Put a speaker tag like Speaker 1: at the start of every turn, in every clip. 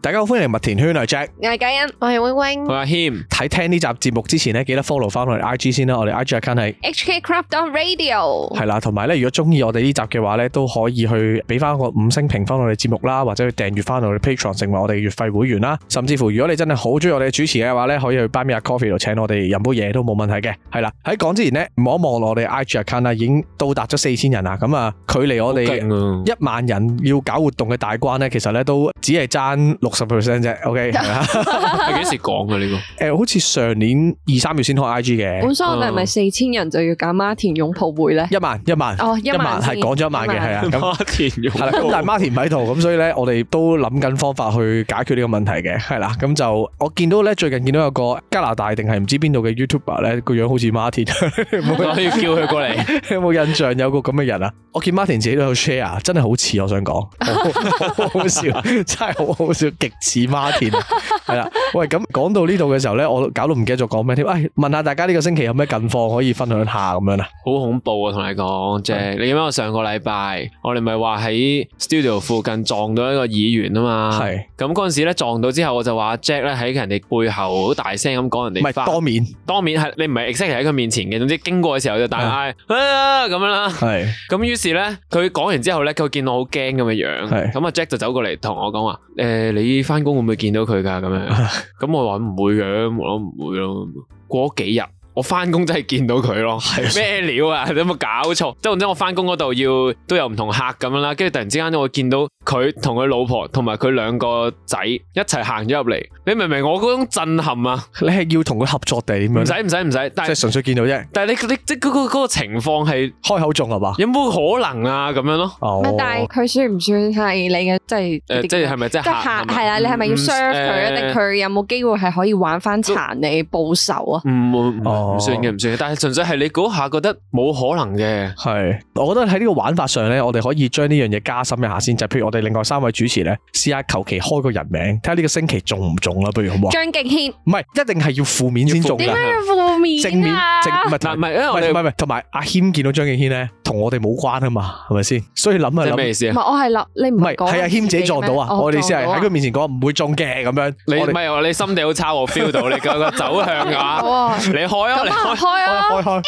Speaker 1: 大家好，歡迎嚟麥田圈啊，Jack。
Speaker 2: 我係嘉欣
Speaker 3: 我係 wing
Speaker 4: 我
Speaker 3: wing，
Speaker 4: 阿謙，
Speaker 1: 睇聽呢集節目之前咧，記得 follow 翻我哋 IG 先啦。我哋 IG account 係
Speaker 2: HK Crop Dot Radio，
Speaker 3: 哦
Speaker 1: 係啦，同埋咧，如果中意我哋呢集嘅話咧，都可以去俾翻個五星評分我哋節目啦，或者去訂閱翻我哋 Patreon 成為我哋月費會員啦。甚至乎，如果你真係好中意我哋主持嘅話咧，可以去 Buy Me a Coffee 度請我哋飲杯嘢都冇問題嘅。係啦，喺講之前咧，望一望我哋 IG account 啦，已經到達咗四千人啦。咁啊，距離我 哋
Speaker 4: 勁啊
Speaker 1: 一萬人要搞活動嘅大關咧，其實咧都只係爭六十 percent 啫。OK，係啦
Speaker 4: 係幾時講嘅呢
Speaker 1: 誒、呃好似上年二三月先開 IG 嘅，
Speaker 3: 本身我哋係咪四千人就要搞孖田擁抱會咧？
Speaker 1: 一萬一萬
Speaker 3: 哦，一
Speaker 1: 萬
Speaker 3: 萬
Speaker 1: 係講咗一萬嘅，係啊
Speaker 4: 個？
Speaker 1: 咁。
Speaker 4: 馬田玉
Speaker 1: 係啦，咁但係 Martin 唔喺度，咁所以咧，我哋都諗緊方法去解決呢個問題嘅，係啦，咁就我見到咧，最近見到有個加拿大定係唔知邊度嘅 YouTuber 咧，個樣好似 Martin，
Speaker 4: 我要叫佢過 嚟，
Speaker 1: 有冇印象有個咁嘅人啊？我見 Martin 自己都有 share，真係啊好似，我想講，好好好 笑，真係好好笑，極似 Martin 啊係啦。喂，咁講到呢度嘅時候咧，我搞到唔記得咗講咩添，唉，問下大家呢個星期有咩近況可以分享下咁樣啦。
Speaker 4: 好恐怖啊！同你講，即係你記唔記得我上個禮拜，我哋咪話喺 studio 附近撞到一個議員啊嘛，
Speaker 1: 係
Speaker 4: 咁嗰陣時咧撞到之後，我就話 Jack 咧喺人哋背後好大聲咁講人
Speaker 1: 唔
Speaker 4: 哋
Speaker 1: 係
Speaker 4: 花
Speaker 1: 當面
Speaker 4: 當面係你唔係 exactly 喺佢面前嘅，總之經過嘅時候就大嗌啊咁樣啦。
Speaker 1: 係
Speaker 4: 咁於是咧，佢講完之後咧，佢見我好驚咁嘅樣，
Speaker 1: 係
Speaker 4: 咁阿啊 Jack 就走過嚟同我講話：誒、你翻工會唔會見到佢㗎？咁 樣，咁我話唔會嘅，我唔會咯。過咗幾日，我翻工真係見到佢咯，咩料啊？ 你有冇搞錯？即係總之我翻工嗰度要都有唔同客咁樣啦，跟住突然之間我見到佢同佢老婆同埋佢兩個仔一齊行咗入嚟，你明唔明我嗰種震撼啊？
Speaker 1: 你係要同佢合作定係點樣
Speaker 4: 唔
Speaker 1: 呢？
Speaker 4: 使唔使唔使，但
Speaker 1: 即係
Speaker 4: 係
Speaker 1: 純粹見到啫，
Speaker 4: 但係你你即係嗰個嗰個情況係
Speaker 1: 開口中係嘛？
Speaker 4: 有冇可能啊？咁樣咯。
Speaker 1: 哦
Speaker 3: 乜但係佢算唔算係你嘅即係？
Speaker 4: 誒，即係係咪即係
Speaker 3: 即係
Speaker 4: 嚇
Speaker 3: 下係啦？你係咪要 serve 佢？定？佢有冇機會係可以玩翻殘你報仇啊？
Speaker 4: 唔唔
Speaker 1: 哦
Speaker 4: 唔算嘅，唔算嘅。但係純粹係你嗰下覺得冇可能嘅，
Speaker 1: 係，我覺得喺呢個玩法上咧，我哋可以將呢樣嘢加深一下先，就係譬如我哋另外三位主持咧，試下求其開個人名，睇下呢個星期中唔中啦，不如好唔好啊？
Speaker 2: 張敬軒，
Speaker 1: 唔係，一定係要負面先中
Speaker 4: 要
Speaker 1: 㗎
Speaker 4: 負，面
Speaker 2: 負面
Speaker 1: 正面
Speaker 2: 啊
Speaker 1: 正唔係
Speaker 4: 嗱唔係因為
Speaker 1: 唔係
Speaker 4: 我
Speaker 1: 唔
Speaker 4: 哋
Speaker 1: 係唔係，同埋阿軒見到張敬軒咧，同我哋冇關啊嘛，係咪先？所以諗
Speaker 4: 即
Speaker 1: 啊
Speaker 4: 係咩
Speaker 1: 諗，
Speaker 4: 意
Speaker 3: 唔
Speaker 4: 思啊？
Speaker 3: 係我係諗你唔
Speaker 1: 唔係
Speaker 3: 講
Speaker 1: 係阿軒自己撞到啊！
Speaker 3: 哦
Speaker 1: 我哋先係喺佢
Speaker 3: 撞到啊
Speaker 1: 面前講唔會中嘅咁樣，
Speaker 4: 你唔
Speaker 1: 我哋
Speaker 4: 係話你心地好差，我 feel 到你個個走 向嘅
Speaker 3: 好
Speaker 4: 話，
Speaker 3: 啊
Speaker 4: 你開啊，
Speaker 3: 咁
Speaker 4: 你
Speaker 3: 啊
Speaker 4: 開
Speaker 3: 開啊！
Speaker 1: 開開，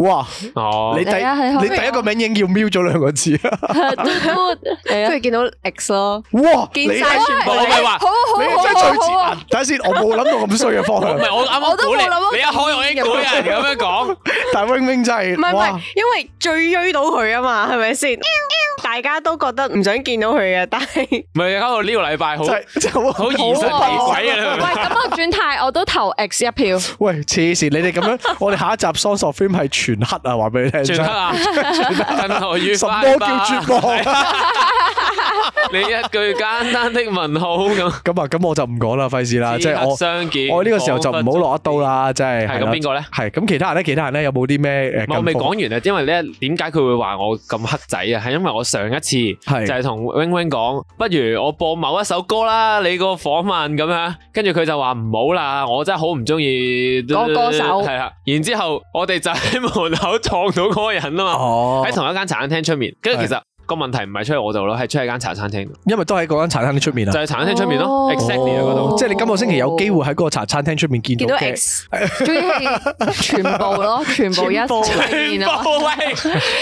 Speaker 1: 哇！
Speaker 4: 哦
Speaker 1: 你，第
Speaker 3: 嚟啊嚟啊
Speaker 1: 你第一個名已經要瞄咗兩個字 啊！
Speaker 3: 係啊
Speaker 2: 係見到 X 咯，
Speaker 1: 哇！你
Speaker 3: 見晒全部
Speaker 4: 我咪話
Speaker 2: 好好
Speaker 1: 你
Speaker 2: 好
Speaker 1: 真係
Speaker 2: 好
Speaker 1: 最
Speaker 2: 好啊！
Speaker 1: 賤！等下先，我冇諗到咁衰嘅方
Speaker 4: 唔
Speaker 1: 向。
Speaker 4: 係我啱
Speaker 2: 我
Speaker 4: 啱
Speaker 2: 都
Speaker 4: 估
Speaker 2: 冇諗過
Speaker 4: 你，你一開我已經估人咁樣講，
Speaker 1: 但係 wing wing 真
Speaker 2: 唔係
Speaker 1: 係，
Speaker 2: 唔
Speaker 1: 哇
Speaker 2: 係！，因為最追到佢啊嘛，係咪先？大家都覺得唔想見到佢嘅，但係
Speaker 4: 唔係搞到呢個禮拜好
Speaker 1: 真係真係
Speaker 4: 好疑神疑
Speaker 3: 好啊
Speaker 4: 鬼啊！你明唔
Speaker 3: 喂，
Speaker 4: 明
Speaker 3: 咁我轉態我都投 X 一票，
Speaker 1: 喂黐線！你哋咁樣，我哋下一集《Songs of Film》係全黑啊！話俾你聽，
Speaker 4: 全黑啊！震河與
Speaker 1: 真
Speaker 4: 花
Speaker 1: 係什麼叫絕 望？
Speaker 4: 你一句簡單的問號咁，
Speaker 1: 咁啊，咁我就唔講啦，費事啦。即
Speaker 4: 即
Speaker 1: 係
Speaker 4: 刻
Speaker 1: 我
Speaker 4: 相見。
Speaker 1: 我呢個時候就唔好落一刀啦，真係。
Speaker 4: 係
Speaker 1: 啦
Speaker 4: 咁邊個咧？
Speaker 1: 係咁，其他人咧，其他人咧有冇啲咩
Speaker 4: 唔係
Speaker 1: 誒？
Speaker 4: 我未講完啊，因為咧點解佢會話我咁黑仔啊？係因為我上一次
Speaker 1: 係哦
Speaker 4: 就係同 wing wing 講，不如我播某一首歌啦，你個訪問咁樣，跟住佢就話唔好啦，我真係好唔中意
Speaker 3: 嗰個歌手
Speaker 4: 係啦。然之後我哋 就喺門口撞到嗰個人啊嘛，
Speaker 1: 哦
Speaker 4: 喺，同一間茶餐廳出面，跟住其實。個問題唔係出喺我度咯，係出喺間茶餐廳度，
Speaker 1: 因為都喺嗰間茶餐廳出面
Speaker 4: 就
Speaker 1: 啊。
Speaker 4: 係茶餐廳出面咯
Speaker 3: 哦
Speaker 4: ，exactly 啊嗰
Speaker 3: 哦
Speaker 4: 度。
Speaker 1: 即係你今個星期有機會喺嗰個茶餐廳出面見
Speaker 2: 見
Speaker 1: 到
Speaker 2: 到
Speaker 1: 嘅。
Speaker 2: X
Speaker 3: 終於係全部咯，全部一齊
Speaker 4: 全
Speaker 3: 見啊！
Speaker 4: 部喂，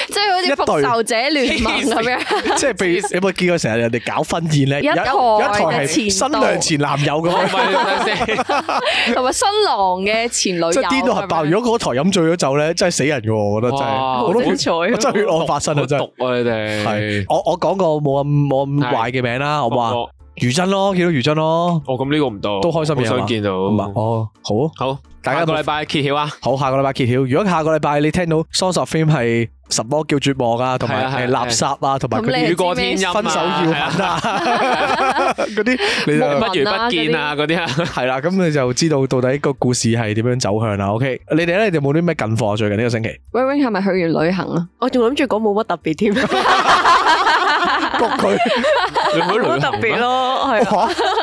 Speaker 3: 即係好似復仇者聯盟咁樣，
Speaker 1: 即係譬 如你有冇見過成日人哋搞婚宴咧？
Speaker 3: 一
Speaker 1: 有有一
Speaker 3: 台
Speaker 1: 台
Speaker 3: 嘅
Speaker 1: 係
Speaker 3: 前度
Speaker 1: 新娘前男友咁
Speaker 4: 唔
Speaker 1: 樣。
Speaker 4: 係等陣先
Speaker 3: 同埋新郎嘅前女友
Speaker 1: 即係癲到核爆！
Speaker 3: 咁樣
Speaker 1: 如果嗰台飲醉咗酒咧，真係死人嘅喎，我覺得真係
Speaker 4: 哇
Speaker 1: 好多血
Speaker 2: 好精彩
Speaker 1: 真係血案 發生啊！真
Speaker 4: 好
Speaker 1: 係
Speaker 4: 毒啊你哋
Speaker 1: 係我我講個冇咁冇咁
Speaker 4: 係
Speaker 1: 壞嘅名啦，好嘛？
Speaker 4: 我
Speaker 1: 余真咯，見到余真咯，
Speaker 4: 我哦咁呢個唔到，
Speaker 1: 都開心
Speaker 4: 好
Speaker 1: 嘢係嘛
Speaker 4: 想見到。
Speaker 1: 咁啊，哦，好啊，
Speaker 4: 好，
Speaker 1: 大家
Speaker 4: 下個
Speaker 1: 有冇
Speaker 4: 禮拜揭曉啊！
Speaker 1: 好，下個禮拜揭曉。如果下個禮拜你聽到《Songs of Film》係什麼叫絕望啊，同
Speaker 4: 係啊係啊
Speaker 1: 埋誒垃圾啊，同埋
Speaker 3: 咁
Speaker 1: 嗰
Speaker 3: 你
Speaker 4: 雨過天陰
Speaker 1: 啲
Speaker 4: 啊
Speaker 1: 分手要 品啊，嗰啲你就
Speaker 3: 冇。
Speaker 4: 不如不見啊嗰啲 啊，
Speaker 1: 系啦，咁你就知道到底個故事係點樣走向啦。OK，你哋咧，你哋有冇啲咩近況啊？最近呢個星期，
Speaker 3: Wing Wing 係咪去完旅行啊？
Speaker 2: 我仲諗住講冇乜特別添，冇
Speaker 1: 谷佢
Speaker 4: 你去旅
Speaker 2: 乜
Speaker 4: 行咩
Speaker 2: 特別，咯，係啊
Speaker 1: 吓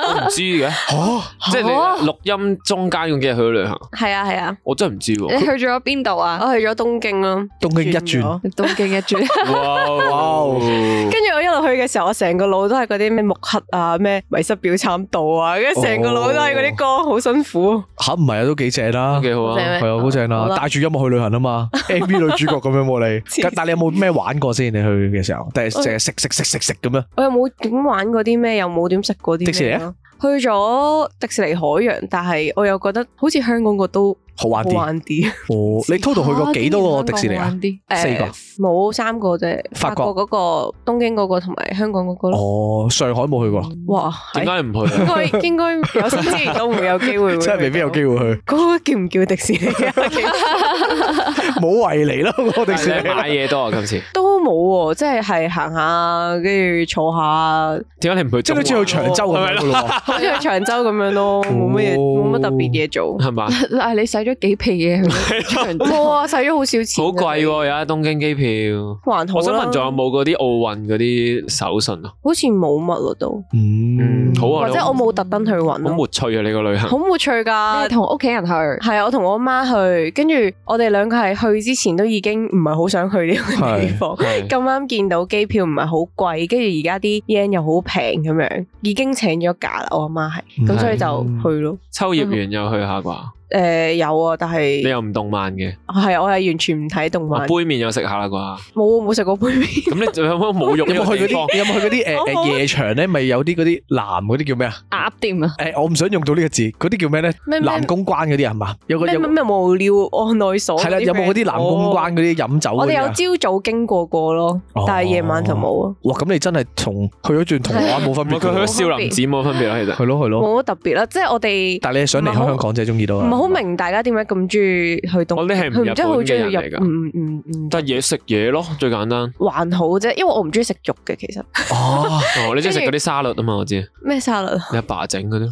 Speaker 4: 我唔知嘅，
Speaker 1: 吓，
Speaker 4: 即係你
Speaker 3: 嚇
Speaker 4: 錄音中間嗰幾日去咗旅行，
Speaker 2: 係啊係啊，
Speaker 4: 我真係唔知
Speaker 3: 你
Speaker 4: 喎。
Speaker 3: 去咗邊度啊？
Speaker 2: 我去咗東京咯，
Speaker 1: 東京一轉
Speaker 2: 咗
Speaker 3: 東京一轉，
Speaker 4: 哇！
Speaker 2: 跟住我一路去嘅時候，我成個腦都係嗰啲咩木刻啊、咩迷失表參道啊，跟住成個腦都係嗰啲歌，好辛苦。
Speaker 1: 吓唔係啊，都幾正啦。
Speaker 4: 幾好 啊！
Speaker 2: 正咩
Speaker 1: 係啊，好正
Speaker 2: 好
Speaker 1: 啦！
Speaker 2: 啦
Speaker 1: 帶住音樂去旅行啊 嘛，MV 女主角咁樣喎你。但但你有冇咩玩過先？你去嘅時候，定係淨係食食食食食咁樣？
Speaker 2: 我又冇點玩過啲咩，又冇點食過啲
Speaker 1: 迪士尼
Speaker 2: 咩
Speaker 1: 啊
Speaker 2: 咯。去咗迪士尼海洋，但係我又覺得好似香港個都
Speaker 1: 好玩
Speaker 2: 好
Speaker 1: 啲。
Speaker 2: 玩啲，
Speaker 1: 哦，你 total 去過幾多個迪士尼啊？
Speaker 2: 誒
Speaker 1: 四個
Speaker 2: 冇三個啫，
Speaker 1: 法
Speaker 2: 法
Speaker 1: 國
Speaker 2: 國嗰個、東京嗰個同埋香港嗰個咯。
Speaker 1: 哦，上海冇去過，
Speaker 2: 哇，係
Speaker 4: 點解唔去啊？
Speaker 2: 應該應該有生之年都唔會有機 會，
Speaker 1: 真係未必有機
Speaker 2: 會。
Speaker 1: 會去。
Speaker 2: 嗰個叫唔叫迪士尼啊？其實
Speaker 1: 冇為嚟啦， 我迪
Speaker 4: 但係
Speaker 1: 士
Speaker 4: 你
Speaker 1: 尼。
Speaker 4: 買嘢多啊！今次
Speaker 2: 都冇喎，即係係行下，跟住坐下，
Speaker 4: 點解你唔去
Speaker 1: 即係
Speaker 4: 中
Speaker 1: 好
Speaker 4: 環？
Speaker 1: 似去長洲咁樣噶咯
Speaker 2: 好似去長洲咁樣咯，冇乜嘢，
Speaker 1: 哦
Speaker 2: 冇乜特別嘢做。
Speaker 4: 係嘛？
Speaker 3: 但係你使咗幾皮嘢去長洲？
Speaker 2: 冇啊，使咗好少錢。啊
Speaker 4: 好貴 喎！而家東京機票。
Speaker 2: 還好
Speaker 4: 我
Speaker 2: 啦
Speaker 4: 想問仲有冇嗰啲奧運嗰啲手信啊？
Speaker 2: 好似冇乜咯都，
Speaker 1: 嗯
Speaker 4: 嗯，好啊
Speaker 2: 或者我冇特登去揾
Speaker 4: 好
Speaker 2: 咯，
Speaker 4: 沒趣啊！你個旅行
Speaker 2: 好沒趣
Speaker 3: 你
Speaker 2: 噶
Speaker 3: 係。同屋企人去，
Speaker 2: 係啊，我同我媽去，跟住我哋兩個係去之前都已經唔係好想去呢個地 方。咁
Speaker 4: 係
Speaker 2: 啱見到機票唔係好貴，跟住而家啲 yen 又好平咁樣，已經請咗假啦。我阿媽係，
Speaker 1: 嗯
Speaker 2: 咁所以就去咯。
Speaker 4: 秋葉原又去下啩？
Speaker 2: 誒、有啊，但係
Speaker 4: 你又唔動漫嘅，
Speaker 2: 係我係完全唔睇動
Speaker 4: 啊
Speaker 2: 漫，
Speaker 4: 杯麵又食下啦啩？
Speaker 2: 冇冇食過杯 麵，
Speaker 4: 咁你仲有冇侮辱
Speaker 1: 有
Speaker 4: 呢
Speaker 1: 冇
Speaker 4: 個
Speaker 1: 去
Speaker 4: 地
Speaker 1: 嗰
Speaker 4: 方？
Speaker 1: 啲？有冇去嗰啲
Speaker 2: 我
Speaker 1: 誒
Speaker 2: 冇
Speaker 1: 誒夜場咧？咪有啲嗰啲男嗰啲叫咩啊？
Speaker 3: 鴨店啊，
Speaker 1: 誒，我唔想用到呢個字，嗰啲叫咩咧？
Speaker 2: 咩咩
Speaker 1: 男公關嗰啲係嘛？有個
Speaker 2: 咩
Speaker 1: 有
Speaker 2: 咩咩無聊按內所
Speaker 1: 係啦，有冇嗰啲男公關？嗰啲飲酒
Speaker 2: 哦我
Speaker 1: 嗰
Speaker 2: 哋
Speaker 1: 啲啊？
Speaker 2: 有朝早經過過咯，但係夜晚就冇啊，
Speaker 1: 哇！咁你真係同去咗轉銅鑼灣冇分
Speaker 4: 唔
Speaker 1: 別
Speaker 4: 係佢
Speaker 1: 㗎
Speaker 4: 去咗
Speaker 1: 喎，
Speaker 4: 少林寺冇分別啦，其實
Speaker 1: 係咯係咯。
Speaker 2: 冇乜特別啦。即係我哋
Speaker 1: 但係你係想離開香港啫，中意到
Speaker 2: 唔
Speaker 1: 啊
Speaker 2: 係好明大家點解咁中意去東，
Speaker 4: 我哋哦係唔
Speaker 2: 佢唔知好
Speaker 4: 日本嘅
Speaker 2: 中意
Speaker 4: 人嚟
Speaker 2: 日，
Speaker 4: 㗎
Speaker 2: 唔唔唔，
Speaker 4: 但係嘢食嘢咯，最簡單。
Speaker 2: 還好啫，因為我唔中意食肉嘅，其實
Speaker 1: 哦，
Speaker 4: 哦，你即係食嗰啲沙律啊嘛，我知
Speaker 2: 咩沙律 啊
Speaker 4: 你阿爸整嗰啲。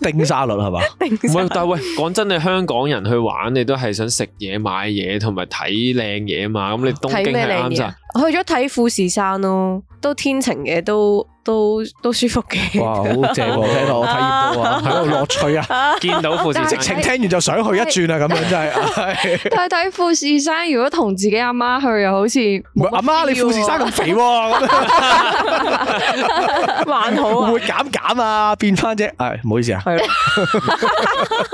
Speaker 1: 丁沙律 係嘛？
Speaker 2: 定
Speaker 4: 唔
Speaker 2: 沙
Speaker 4: 係，
Speaker 2: 律
Speaker 4: 但係喂，講真，你香港人去玩，你都係想食嘢、買嘢同埋睇靚嘢嘛。咁你東
Speaker 2: 睇
Speaker 4: 京
Speaker 2: 咩
Speaker 4: 係
Speaker 2: 靚
Speaker 4: 啱
Speaker 2: 嘢
Speaker 4: 晒
Speaker 2: 啊？。去咗睇富士山咯，都天晴嘅，都都都舒服嘅。
Speaker 1: 哇，好正喎！聽到我體驗到啊，喺度樂趣啊！
Speaker 4: 見到富士
Speaker 3: 但
Speaker 4: 山
Speaker 3: 係
Speaker 1: 直 情聽完就想去一轉啊！咁樣真係。
Speaker 3: 但係睇富士山，如果同自己阿媽去，又好似
Speaker 1: 唔係阿
Speaker 2: 啊
Speaker 1: 媽，你富士山咁肥喎，咁樣 會
Speaker 2: 還好
Speaker 1: 唔
Speaker 2: 啊
Speaker 1: 會，減減啊？變翻啫，唉，唔好意思啊。
Speaker 2: 係咯，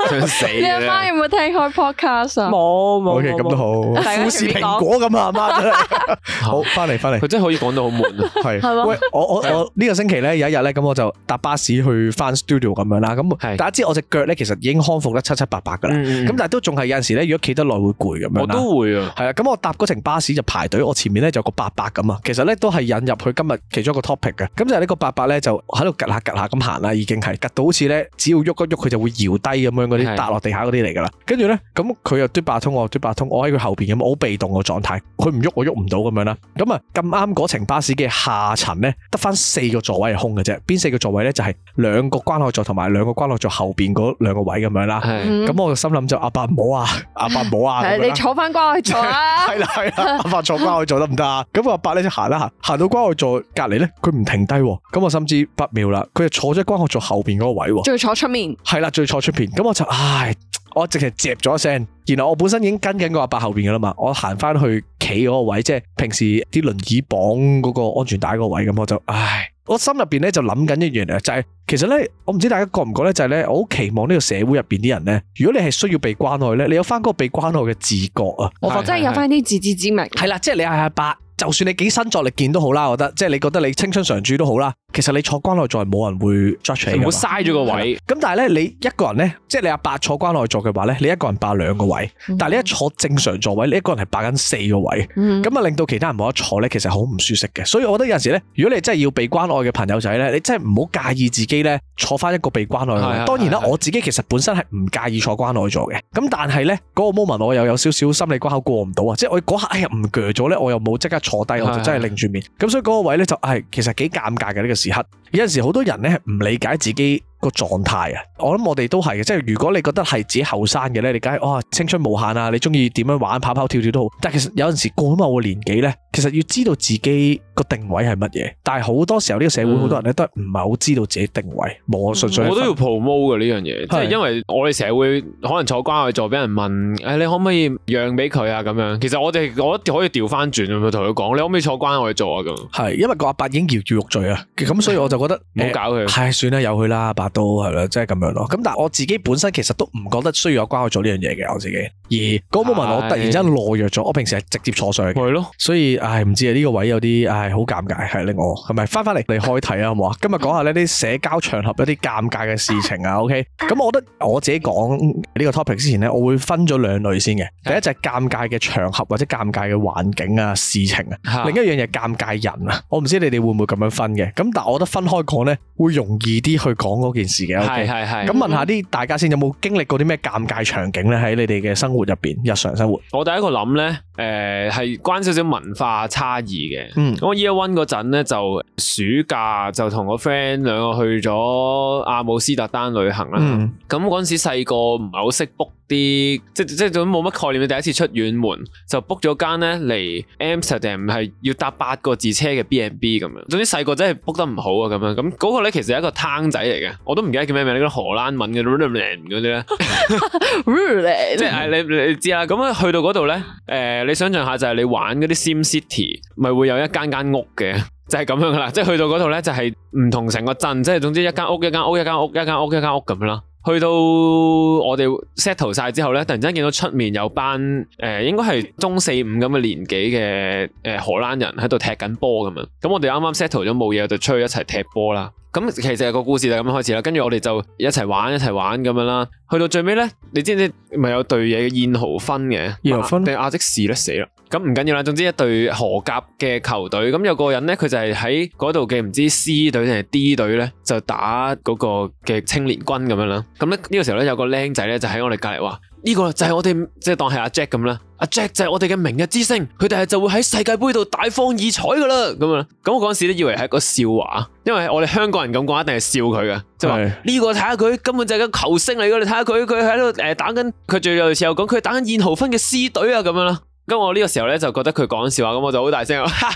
Speaker 4: 想死啊
Speaker 3: 你阿媽
Speaker 4: 嘅
Speaker 3: 有冇聽開 podcast 啊？
Speaker 2: 冇冇
Speaker 1: OK，
Speaker 2: 冇
Speaker 1: 咁都好，
Speaker 2: 大家
Speaker 1: 富士
Speaker 2: 隨便講
Speaker 1: 蘋果咁啊，阿媽真係 好，翻嚟翻嚟
Speaker 4: 佢。真係可以講到好悶啊！
Speaker 1: 係
Speaker 2: 係嘛
Speaker 1: 喂，我我
Speaker 4: 啊
Speaker 1: 我呢個星期咧有一日咧，咁我就搭巴士去翻 studio 咁樣啦。咁
Speaker 4: 係
Speaker 1: 大家知我隻腳咧，其實已經康復得七七八八噶啦。
Speaker 4: 嗯嗯
Speaker 1: 咁但係都仲係有陣時咧，如果企得耐會攰咁樣啦
Speaker 4: 我都會啊，
Speaker 1: 係啦，咁我搭嗰程巴士就排隊，我前面咧就有個伯伯咁啊，其實咧都係引入佢今日其中一個 topic 嘅，咁就係呢個伯伯咧就喺度趌下趌下咁行啦，已經係趌到好似咧只要喐一喐佢就會搖低咁樣嗰啲
Speaker 4: 係
Speaker 1: 搭落地下嗰啲嚟㗎啦，跟住咧咁佢又嘟八通我嘟八通，我喺佢後邊咁，我好被動嘅狀態，佢唔喐我喐唔到咁樣啦，咁啊咁啱嗰程巴士嘅下層咧得翻四個座位係空嘅啫，邊四個座位咧就係兩個關愛座同埋兩個關愛座後邊嗰兩個位咁樣啦，
Speaker 4: 係
Speaker 3: 嗯
Speaker 1: 咁我就心諗就阿伯唔好啊，阿伯唔好啊，咁
Speaker 3: 係
Speaker 1: 樣
Speaker 3: 你
Speaker 1: 啦
Speaker 3: 坐翻關去坐 啊！
Speaker 1: 系啦系啦，阿伯坐關愛座得唔得啊？咁阿伯咧就行啦行，行到關愛座隔離咧，佢唔停低喎，咁我心知不妙啦，佢就坐咗關愛座後邊嗰個位喎，
Speaker 3: 仲要坐出面，
Speaker 1: 係啦，最坐出邊，咁我就唉，我直情嚼咗一聲，然後我本身已經跟緊個阿伯後邊噶啦嘛，我行翻去企嗰個位，即係平時啲輪椅綁嗰個安全帶嗰個位，咁我就唉。我心入邊咧就諗緊一樣嘢，就係、其實咧，我唔知大家覺唔覺咧，就係、咧，我好期望呢個社會入邊啲人咧，如果你係需要被關愛咧，你有翻嗰個被關愛嘅自覺啊，
Speaker 4: 我
Speaker 3: 我真係有翻啲自知之明。
Speaker 1: 係啦，即係你係阿伯，就算你幾身作力健都好啦，我覺得即係你覺得你青春常駐都好啦，其實你坐關內座係冇人會 judge 你
Speaker 4: 唔
Speaker 1: 㗎
Speaker 4: 好
Speaker 1: 嘛。
Speaker 4: 嘥咗個位。
Speaker 1: 咁但係咧，你一個人咧，即係你阿伯坐關內座嘅話咧，你一個人霸兩個位，但係你一坐正常座位，你一個人係霸緊四個位，
Speaker 3: 嗯
Speaker 1: 咁啊令到其他人冇得坐咧，其實好唔舒適嘅。所以我覺得有陣時咧，如果你真係要被關愛嘅朋友仔咧，你真係唔好介意自己咧坐翻一個被關愛嘅
Speaker 4: 係
Speaker 1: 位。
Speaker 4: 係
Speaker 1: 當然啦，
Speaker 4: 係係
Speaker 1: 我自己其實本身係唔介意坐關愛座嘅，咁但係咧嗰個 moment 我又有少少心理關口過唔到啊，即係我嗰刻哎呀唔鋸咗咧，我又冇即刻坐低，我就真係擰住面。咁所以嗰個位咧就係其實幾尷尬嘅呢個時刻。有陣時好多人咧係唔理解自己個狀態啊！我諗我哋都係嘅，即係如果你覺得係自己後生嘅咧，你梗係哇青春無限啊！你中意點樣玩跑跑跳跳都好，但係其實有陣時過咗某個年紀咧，其實要知道自己個定位係乜嘢。但係好多時候呢個社會
Speaker 4: 嗯
Speaker 1: 好多人咧都係唔係好知道自己定位，冇純粹係
Speaker 4: 我都要 promote 嘅呢樣嘢，即係
Speaker 1: 係
Speaker 4: 因為我哋社會可能坐關愛座俾人問，誒、你可唔可以讓俾佢啊？咁樣，其實我哋我可以調翻轉，咪同佢講，你可唔可以坐關愛座啊？咁
Speaker 1: 係因為個阿伯已經搖搖欲墜啊，咁所以我就覺得
Speaker 4: 唔好搞佢。
Speaker 1: 係算啦，由佢啦，百都係啦，即係咁樣咯。咁但係我自己本身其實都唔覺得需要有關愛做呢樣嘢嘅，我自己。而嗰 moment 我突然之間懦弱咗，我平時係直接坐上去嘅，
Speaker 4: 咪咯，
Speaker 1: 所以唉唔知啊呢個位有啲唉好尷尬，係令我係咪翻翻嚟嚟開題啊好唔好啊？今日講下呢啲社交場合一啲尷尬嘅事情啊，OK？咁我 覺得我自己講呢個 topic 之前咧，我會分咗兩類先嘅。第一就係尷尬嘅場合或者尷尬嘅環境啊、事情啊。
Speaker 4: 嚇
Speaker 1: 另一樣嘢尷尬人啊，我唔知你哋會唔會咁樣分嘅，咁但係我覺得分開講呢，會容易啲去講嗰件事嘅。
Speaker 4: 係
Speaker 1: OK，
Speaker 4: 係係
Speaker 1: 咁。啊問下啲大家先，有冇經歷過啲咩尷尬場景呢？喺你哋嘅生活入邊，日常生活，
Speaker 4: 我第一個諗咧，誒、係關少少文化差異嘅。
Speaker 1: 嗯
Speaker 4: 咁我 year one 嗰陣咧，就暑假就同個 friend 兩個去咗阿姆斯特丹旅行啦。啊
Speaker 1: 嗯
Speaker 4: 咁嗰陣時細個唔係好識 book 啲，即即都冇乜概念。第一次出遠門就 book 咗間咧嚟 Amsterdam 係要搭八個字車嘅 B&B 咁樣。總之細個真係 book 得唔好啊咁樣。咁嗰個咧其實係一個攤仔嚟嘅，我都唔記得叫咩名，嗰啲荷蘭文嘅嗰啲咧。即係你你知啦，咁啊去到嗰度咧，誒、你想象下就係你玩嗰啲 Sim City，咪會有一間間屋嘅， 就係、咁樣噶啦，即係去到嗰度咧就係唔同成個鎮，即係總之一間屋一間屋一間屋一間屋一間屋咁樣啦。去到我哋 settle 晒之後咧，突然之間見到出面有班誒、呃，應該係中四五咁嘅年紀嘅誒、呃荷蘭人喺度踢緊波咁樣。咁我哋啱啱 settle 咗冇嘢，就出去一齊踢波啦。咁其實個故事就咁樣開始啦。跟住我哋就一齊玩一齊玩咁樣啦。去到最尾咧，你知唔知咪有隊嘢嘅燕豪芬嘅？啊
Speaker 1: 燕豪芬
Speaker 4: 定亞積士咧死啦！咁唔緊要啦，總之一隊荷甲嘅球隊，咁有個人咧，佢就係喺嗰度嘅唔知 C 隊定係 D 隊咧，就打嗰個嘅青年軍咁樣啦。咁咧呢個時候咧，有個僆仔咧就喺我哋隔離話：呢、個就係我哋即係當係阿 Jack 咁啦，阿 Jack 就係我哋嘅明日之星，佢哋係就會喺世界盃度大放異彩噶啦咁樣。咁我嗰陣時都以為係一個笑話，因為我哋香港人咁講一定係笑佢嘅，即係話
Speaker 1: 係
Speaker 4: 呢個睇下佢根本就係個球星嚟噶，你睇下佢佢喺度誒打緊，佢最有時候講佢打緊燕豪芬嘅 C 隊啊咁樣啦。咁我呢個時候咧就覺得佢講笑話，咁我就好大聲話，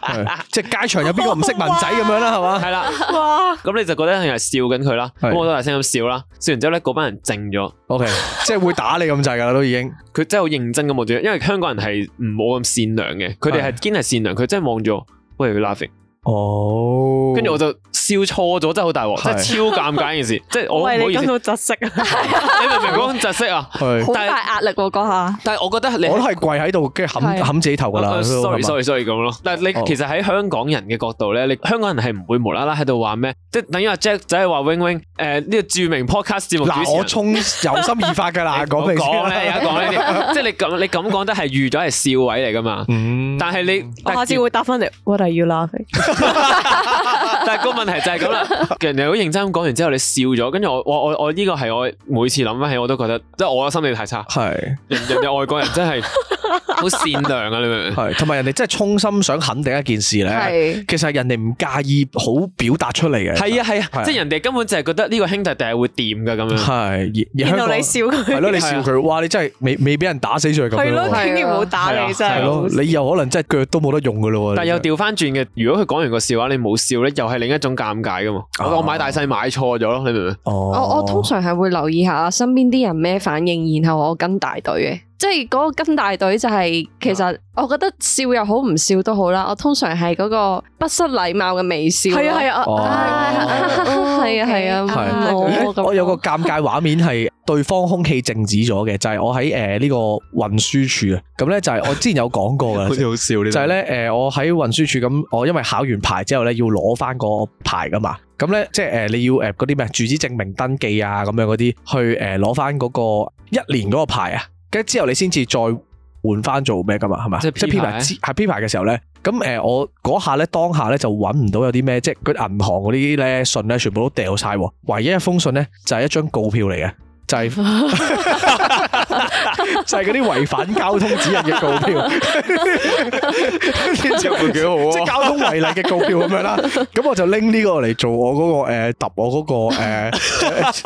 Speaker 1: 係即係街場有邊個唔識文仔咁樣 啦，係嘛？
Speaker 4: 係啦，哇！咁你就覺得係笑緊佢啦，
Speaker 1: 係
Speaker 4: 咁我都大聲咁笑啦，笑完之後咧嗰班人靜咗，
Speaker 1: ？OK，即係會打你咁滯㗎啦，都已經。
Speaker 4: 佢真係好認真咁望住我，因為香港人係唔冇咁善良嘅，佢哋係堅係善良，佢真係望住我。喂佢 laughing，
Speaker 1: 哦
Speaker 4: 跟住我就笑錯咗，真係好大鑊，真係超尷尬一件事，即係我好唔好
Speaker 2: 喂，你
Speaker 4: 意思，
Speaker 2: 感
Speaker 4: 你明
Speaker 2: 到窒息啊！
Speaker 4: 唔明嗰種窒息啊？
Speaker 1: 係
Speaker 3: 好
Speaker 4: 但係
Speaker 3: 大壓力喎嗰下，
Speaker 4: 但係我覺得你
Speaker 1: 我都係跪喺度，跟住冚
Speaker 3: 係
Speaker 1: 冚自己頭㗎啦。都係
Speaker 4: 啊 sorry
Speaker 1: 嘛
Speaker 4: sorry sorry 咁咯。但係
Speaker 1: 哦
Speaker 4: 你其實喺香港人嘅角度咧，你香港人係唔會無啦啦喺度話咩，即係等於阿 Jack 仔話 wing wing 誒呢個著名 podcast 節目主持
Speaker 1: 嗱，我
Speaker 4: 人。
Speaker 1: 衝由心而發 㗎啦，講
Speaker 4: 我
Speaker 1: 明先
Speaker 4: 講
Speaker 1: 啦
Speaker 4: 咧，而家講呢啲，即係你咁你咁講得係預咗係笑位嚟噶嘛？
Speaker 1: 嗯
Speaker 4: 但係你
Speaker 2: 我
Speaker 4: 但
Speaker 2: 下次會答翻你，What are you laughing？
Speaker 4: 但係個問題就係 咁啦，人哋好認真咁講完之後，你笑咗，跟住我我我我呢個係我每次諗翻起我都覺得，即係我嘅心理太差，
Speaker 1: 係。
Speaker 4: 人人哋外國人 真係好善良啊！你明唔明？
Speaker 1: 系，同埋人哋真係衷心想肯定一件事咧，
Speaker 3: 係
Speaker 1: 其實係人哋唔介意好表達出嚟嘅，
Speaker 4: 係
Speaker 1: 啊，
Speaker 4: 啊係
Speaker 1: 係
Speaker 4: 啊，即係人哋根本就係覺得呢個兄弟定係會掂噶咁樣。
Speaker 1: 係而而
Speaker 2: 然
Speaker 1: 香
Speaker 2: 後
Speaker 1: 港
Speaker 2: 你笑佢，
Speaker 1: 係咯，你笑佢，哇！你真係未未俾人打死咗係咁
Speaker 2: 係
Speaker 1: 樣
Speaker 2: 咯，
Speaker 1: 喎，
Speaker 2: 千祈唔好打
Speaker 4: 係啊
Speaker 2: 你真
Speaker 1: 係咯，
Speaker 2: 係。
Speaker 1: 你又可能真係腳都冇得用噶咯喎，
Speaker 4: 但
Speaker 1: 你
Speaker 4: 又
Speaker 1: 真係
Speaker 4: 調翻轉嘅，如果佢講完個笑話，你冇笑咧，又係另一種尷尬噶嘛。
Speaker 1: 哦
Speaker 4: 我我買大細買錯咗咯，你明唔明？
Speaker 1: 哦，
Speaker 3: 我我通常係會留意下身邊啲人咩反應，然後我跟大隊即係嗰個跟大隊就係、其實我覺得笑又好唔笑都好啦，我通常係嗰個不失禮貌嘅微笑咯。
Speaker 2: 係啊係啊，
Speaker 1: 哦
Speaker 2: 啊
Speaker 3: 係啊係啊，
Speaker 1: 係
Speaker 3: 冇
Speaker 2: 我
Speaker 3: 咁
Speaker 1: 我有個尷尬畫面係對方空氣靜止咗嘅，就係、我喺誒呢個運輸處啊，咁咧就係我之前有講過嘅，
Speaker 4: 好笑呢
Speaker 1: 就係咧，誒、我喺運輸署咁，我因為考完牌之後咧，要攞翻個牌噶嘛。咁咧，即係誒、你要誒嗰啲咩住址證明登記啊，咁樣嗰啲，去誒攞翻嗰個一年嗰個牌啊。跟住之後你先至再換翻做咩噶嘛，係嘛？
Speaker 4: 即係 P
Speaker 1: 係 P
Speaker 4: 牌
Speaker 1: 牌之係 P 牌嘅時候咧，咁誒、我嗰下咧當下咧就揾唔到有啲咩，即係嗰啲銀行嗰啲咧信咧全部都掉晒喎。唯一一封信咧就係、一張告票嚟嘅，就係、就係嗰啲違反交通指引嘅告票。
Speaker 4: 就會幾好
Speaker 1: 即係
Speaker 4: 啊！
Speaker 1: 交通違例嘅告票咁樣啦。咁我就拎呢個嚟做我嗰、個誒揼、我嗰、個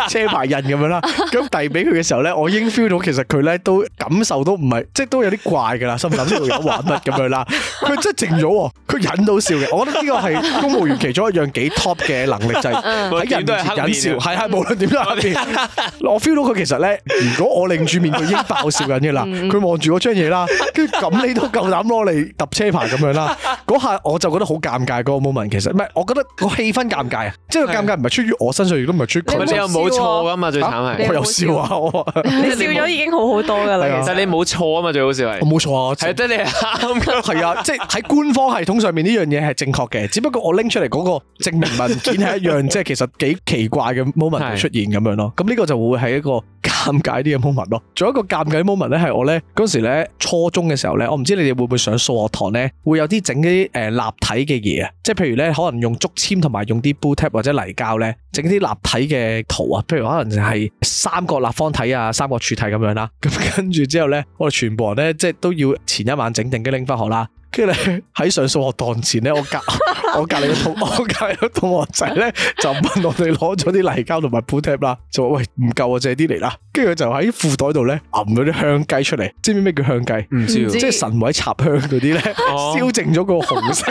Speaker 1: 誒車牌印咁樣啦。咁遞俾佢嘅時候咧，我已經 feel 到其實佢咧都感受都唔係，即係都有啲怪㗎啦，心諗呢度有玩乜咁樣啦。佢真係靜咗喎，佢忍到笑嘅。我覺得呢個係公務員其中一樣幾 top 嘅能力就係、喺人面啊前忍笑，係係無論點都係黑面。我 feel 到佢其實咧，如果我擰住面，佢已經爆笑緊嘅啦。佢望住嗰張嘢啦，跟住咁你都夠膽攞嚟揼車牌咁樣啦。嗰下我就覺得好尷尬嗰個 moment，其實唔係，我覺得個氣氛尷尬啊，即係個尷尬唔係出於我身上，亦都唔係出於
Speaker 4: 唔係
Speaker 1: 佢
Speaker 4: 你又
Speaker 1: 身上。
Speaker 4: 冇錯噶嘛，最慘
Speaker 3: 你
Speaker 4: 係
Speaker 1: 我
Speaker 3: 有
Speaker 1: 有
Speaker 3: 冇
Speaker 1: 笑啊！我
Speaker 2: 你笑咗已經好好多㗎
Speaker 1: 係
Speaker 2: 啦，
Speaker 1: 啊
Speaker 2: 其
Speaker 4: 其
Speaker 2: 實
Speaker 4: 實你冇錯啊嘛，最好笑
Speaker 1: 我
Speaker 4: 係
Speaker 1: 冇錯啊，
Speaker 4: 係得你係啱噶。
Speaker 1: 係啊，即係喺官方系統上面呢樣嘢係正確嘅，只不過我拎出嚟嗰個證明文件係一樣，即係其實幾奇怪嘅 moment 會出現咁樣咯。咁呢個就會係一個 尷尬啲嘅 moment 咯。仲有一個尷尬嘅 moment 咧，係我咧嗰時咧初中嘅時候咧，我唔知你哋會唔會上數學堂咧，會有啲整啲誒立體嘅嘢啊，即係譬如咧可能用竹籤同埋用啲 blue tape 或者泥膠咧整啲立體嘅圖啊，譬如可能係三角立方體啊、三角柱體咁樣啦。咁跟住之後咧，我哋全部人咧即係都要前一晚整定嘅拎翻學啦。跟住咧喺上數學堂前咧，我隔我隔離個同 我隔離個同學仔咧就問我哋攞咗啲泥膠同埋 p u t a p 啦，就話喂唔夠啊，借啲嚟啦。跟住佢就喺褲袋度咧揞咗啲香雞出嚟，知唔知咩叫香雞？
Speaker 4: 唔
Speaker 2: 知喎
Speaker 1: 即係神位插香嗰啲咧，
Speaker 4: 哦
Speaker 1: 燒淨咗個紅色。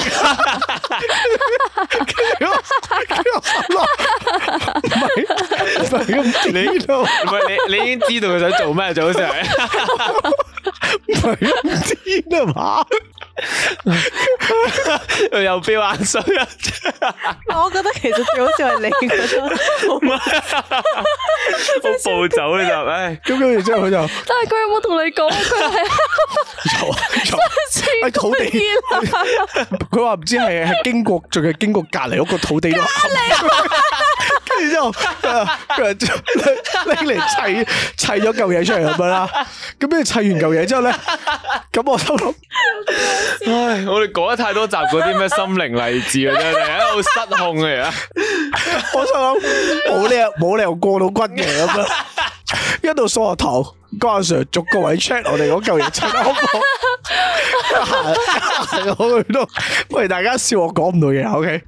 Speaker 1: 跟住我跟住我心諗唔係唔係咁你咯，
Speaker 4: 唔係你，你已經知道佢想做咩，最好笑係。
Speaker 1: 唔係咁癲啊嘛！
Speaker 4: 佢又飆眼水 啊！
Speaker 2: 我覺得其實最好笑係你覺得。
Speaker 4: 好暴走呢就，唉，
Speaker 1: 咁跟住之後佢就有
Speaker 3: 但係佢有冇同你講啊佢係
Speaker 1: 有
Speaker 3: 黐
Speaker 1: 喺土地。佢話唔知係係經過，仲係經過隔離屋個土地咯。跟住之後，佢就拎嚟砌砌咗嚿嘢出嚟咁樣啦。咁跟住砌完嚿嘢之後咧，咁我心諗
Speaker 4: 唉，我哋講咗太多集嗰啲咩心靈勵志啊，真係喺度失控啊！而家
Speaker 1: 我心諗冇理由冇理由過到骨嘅咁樣，一到數學堂，關阿 Sir 逐個位 check 我哋嗰嚿嘢砌得好唔好？行行我去到，喂大家笑我講唔到嘢，OK？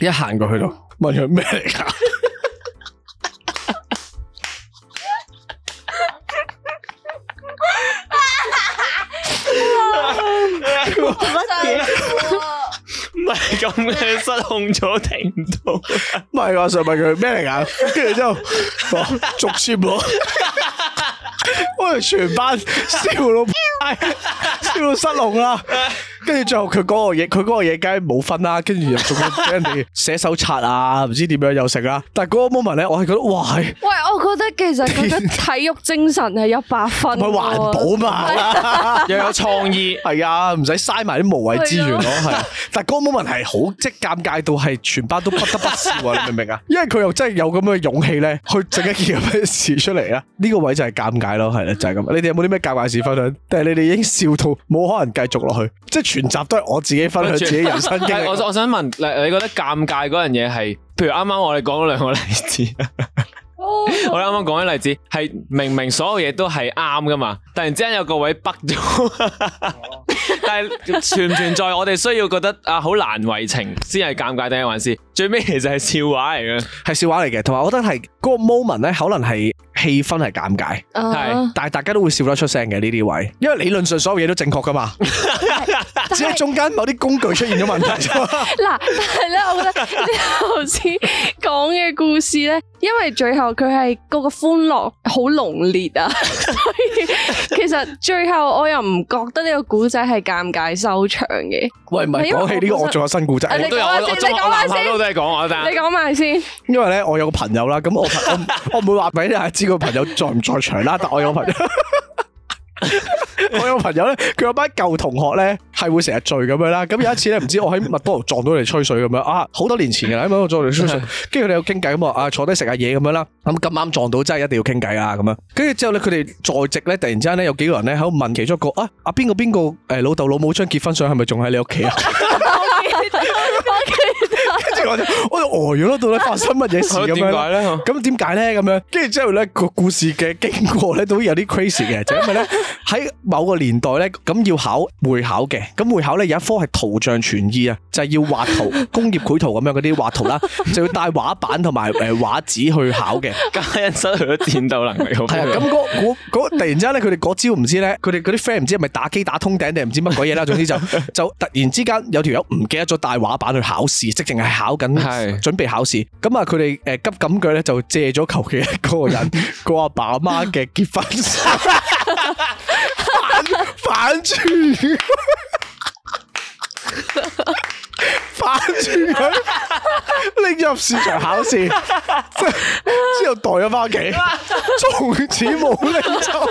Speaker 1: 一行過去度，問佢咩嚟㗎？
Speaker 4: 唔係咁嘅，失控咗停唔到。
Speaker 1: 唔係我想問佢咩嚟噶？跟住之後，哇逐簽我，我哋全班笑到笑到失控啦。跟住最後佢嗰個嘢，佢嗰個嘢梗係冇分啦。跟住又仲要俾人哋寫手冊啊，唔知點樣又食啦。但係嗰個 moment 咧，我係覺得哇，係
Speaker 3: 喂，我覺得其實佢嘅體育精神係一百分
Speaker 1: 唔係
Speaker 3: 喎。
Speaker 1: 環保嘛？
Speaker 4: 又有創意，
Speaker 1: 係啊，唔使嘥埋啲無謂資源咯，係啊。但係嗰個 moment 係好即係尷尬到係全班都不得不笑 啊！你明唔明啊？因為佢又真係有咁嘅勇氣咧，去整一件咁嘅事出嚟啊！呢個位就係尷尬咯，係啦，就係咁。你哋有冇啲咩尷尬事分享？但係你哋已經笑到冇可能繼續落去，即係全集都係我自己分享自己人生經
Speaker 4: 但係
Speaker 1: 歷。
Speaker 4: 我我想問，你你覺得尷尬嗰樣嘢係，譬如啱啱我哋講咗兩個例子。我哋啱啱講啲例子，係明明所有嘢都係啱噶嘛，突然之間有個位北咗，但係存唔存在我哋需要覺得啊好難為情先係尷尬定係還是最尾其實係笑話嚟嘅？
Speaker 1: 係笑話嚟嘅，同埋我覺得係嗰個 moment 咧，可能係氣氛係尷尬，
Speaker 3: 啊
Speaker 1: 但係大家都會笑得出聲嘅呢啲位，因為理論上所有嘢都正確噶嘛，只係中間某啲工具出現咗問題啫 嘛。
Speaker 3: 嗱，但系咧，我覺 得你頭先講嘅故事咧，因為最後佢係嗰個歡樂好濃烈 啊，所以其實最後我又唔覺得呢個古仔係尷尬收場嘅。
Speaker 1: 喂，唔係
Speaker 3: 係因為
Speaker 1: 講起呢個，
Speaker 3: 我本身
Speaker 1: 我仲有新故仔。
Speaker 3: 啊你
Speaker 4: 我都有，我
Speaker 3: 講
Speaker 4: 我
Speaker 3: 下先
Speaker 4: 中學
Speaker 3: 你講
Speaker 4: 我男
Speaker 3: 下
Speaker 4: 校
Speaker 3: 先
Speaker 4: 都係講我但
Speaker 3: 你講埋先，
Speaker 1: 因為咧，我有個朋友啦，咁我我我唔會話俾大家知個朋友在唔在場啦，但我有個朋友。我有個朋友咧，佢有班舊同學咧，係會成日聚咁樣啦。咁有一次咧，唔知我喺麥當勞撞到佢哋吹水咁樣啊，好多年前嘅啦，喺麥當勞撞到佢哋吹水，跟住佢哋有傾偈咁啊，啊坐低食下嘢咁樣啦。咁咁啱撞到，真係一定要傾偈啦咁樣。跟住之後咧，佢哋在席咧，突然之間咧，有幾個人咧喺度問其中一個啊，阿邊個邊個誒老豆老母張結婚相係咪仲喺你屋企啊？跟住我就我就呆咗喺度咧，發生乜嘢事咁
Speaker 4: 係咯
Speaker 1: 樣
Speaker 4: 點
Speaker 1: 啦
Speaker 4: 解咧？
Speaker 1: 咁點解咧？咁樣跟住之後咧，個故事嘅經過咧，都有啲 crazy 嘅，就因為咧喺某個年代咧，咁要考會考嘅，咁會考咧有一科係圖像傳意啊，就係、要畫圖、工業繪圖咁樣嗰啲畫圖啦，就要帶畫板同埋誒畫紙去考嘅。
Speaker 4: 家人失去咗戰鬥能力，
Speaker 1: 係 啊，咁嗰嗰嗰突然之間咧，佢哋嗰朝唔知咧，佢哋嗰啲 friend 唔知係咪打機打通頂定唔知乜鬼嘢啦，總之就就突然之間有條友唔記得咗帶畫板去考試，即淨係考緊
Speaker 4: 係
Speaker 1: 準備考試。咁啊，佢哋誒急咁腳咧就借咗求其一個人個阿爸阿媽嘅結婚相反反轉。反轉佢拎入市場考試，之後袋咗翻屋企，從此冇拎走。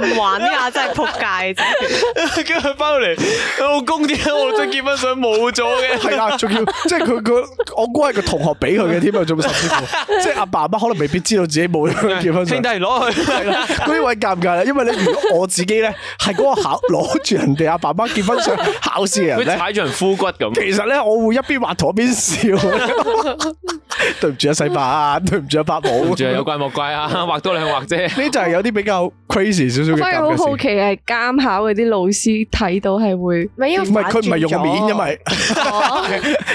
Speaker 2: 唔玩呢下真係撲街啫。
Speaker 4: 跟住佢翻到嚟，老公點解我張結婚相冇咗嘅？
Speaker 1: 係啦，仲要即係佢佢，我估係個同學俾佢嘅添啊，仲甚至乎，即係阿爸阿媽可能未必知道自己冇結婚
Speaker 4: 兄
Speaker 1: 相
Speaker 4: 弟。攞去，
Speaker 1: 係 啦，嗰啲位尷尬啦，因為咧，如果我自己咧係嗰個考攞住人哋阿爸媽結婚相考試嘅人
Speaker 4: 佢
Speaker 1: 咧，
Speaker 4: 踩住人膚 骨咁。
Speaker 1: 其實咧我會一邊畫圖一邊笑。對唔住啊，細伯啊，對唔住啊，伯母。
Speaker 4: 唔住有怪莫 怪啊，畫多兩畫啫。
Speaker 1: 呢就係有啲比較 crazy 少少嘅
Speaker 3: 反而好
Speaker 1: 尷
Speaker 3: 好
Speaker 1: 尬
Speaker 3: 奇
Speaker 1: 事。
Speaker 3: 係監考嗰啲老師睇到係會
Speaker 2: 唔係因為
Speaker 1: 唔係佢唔係用個面，因 為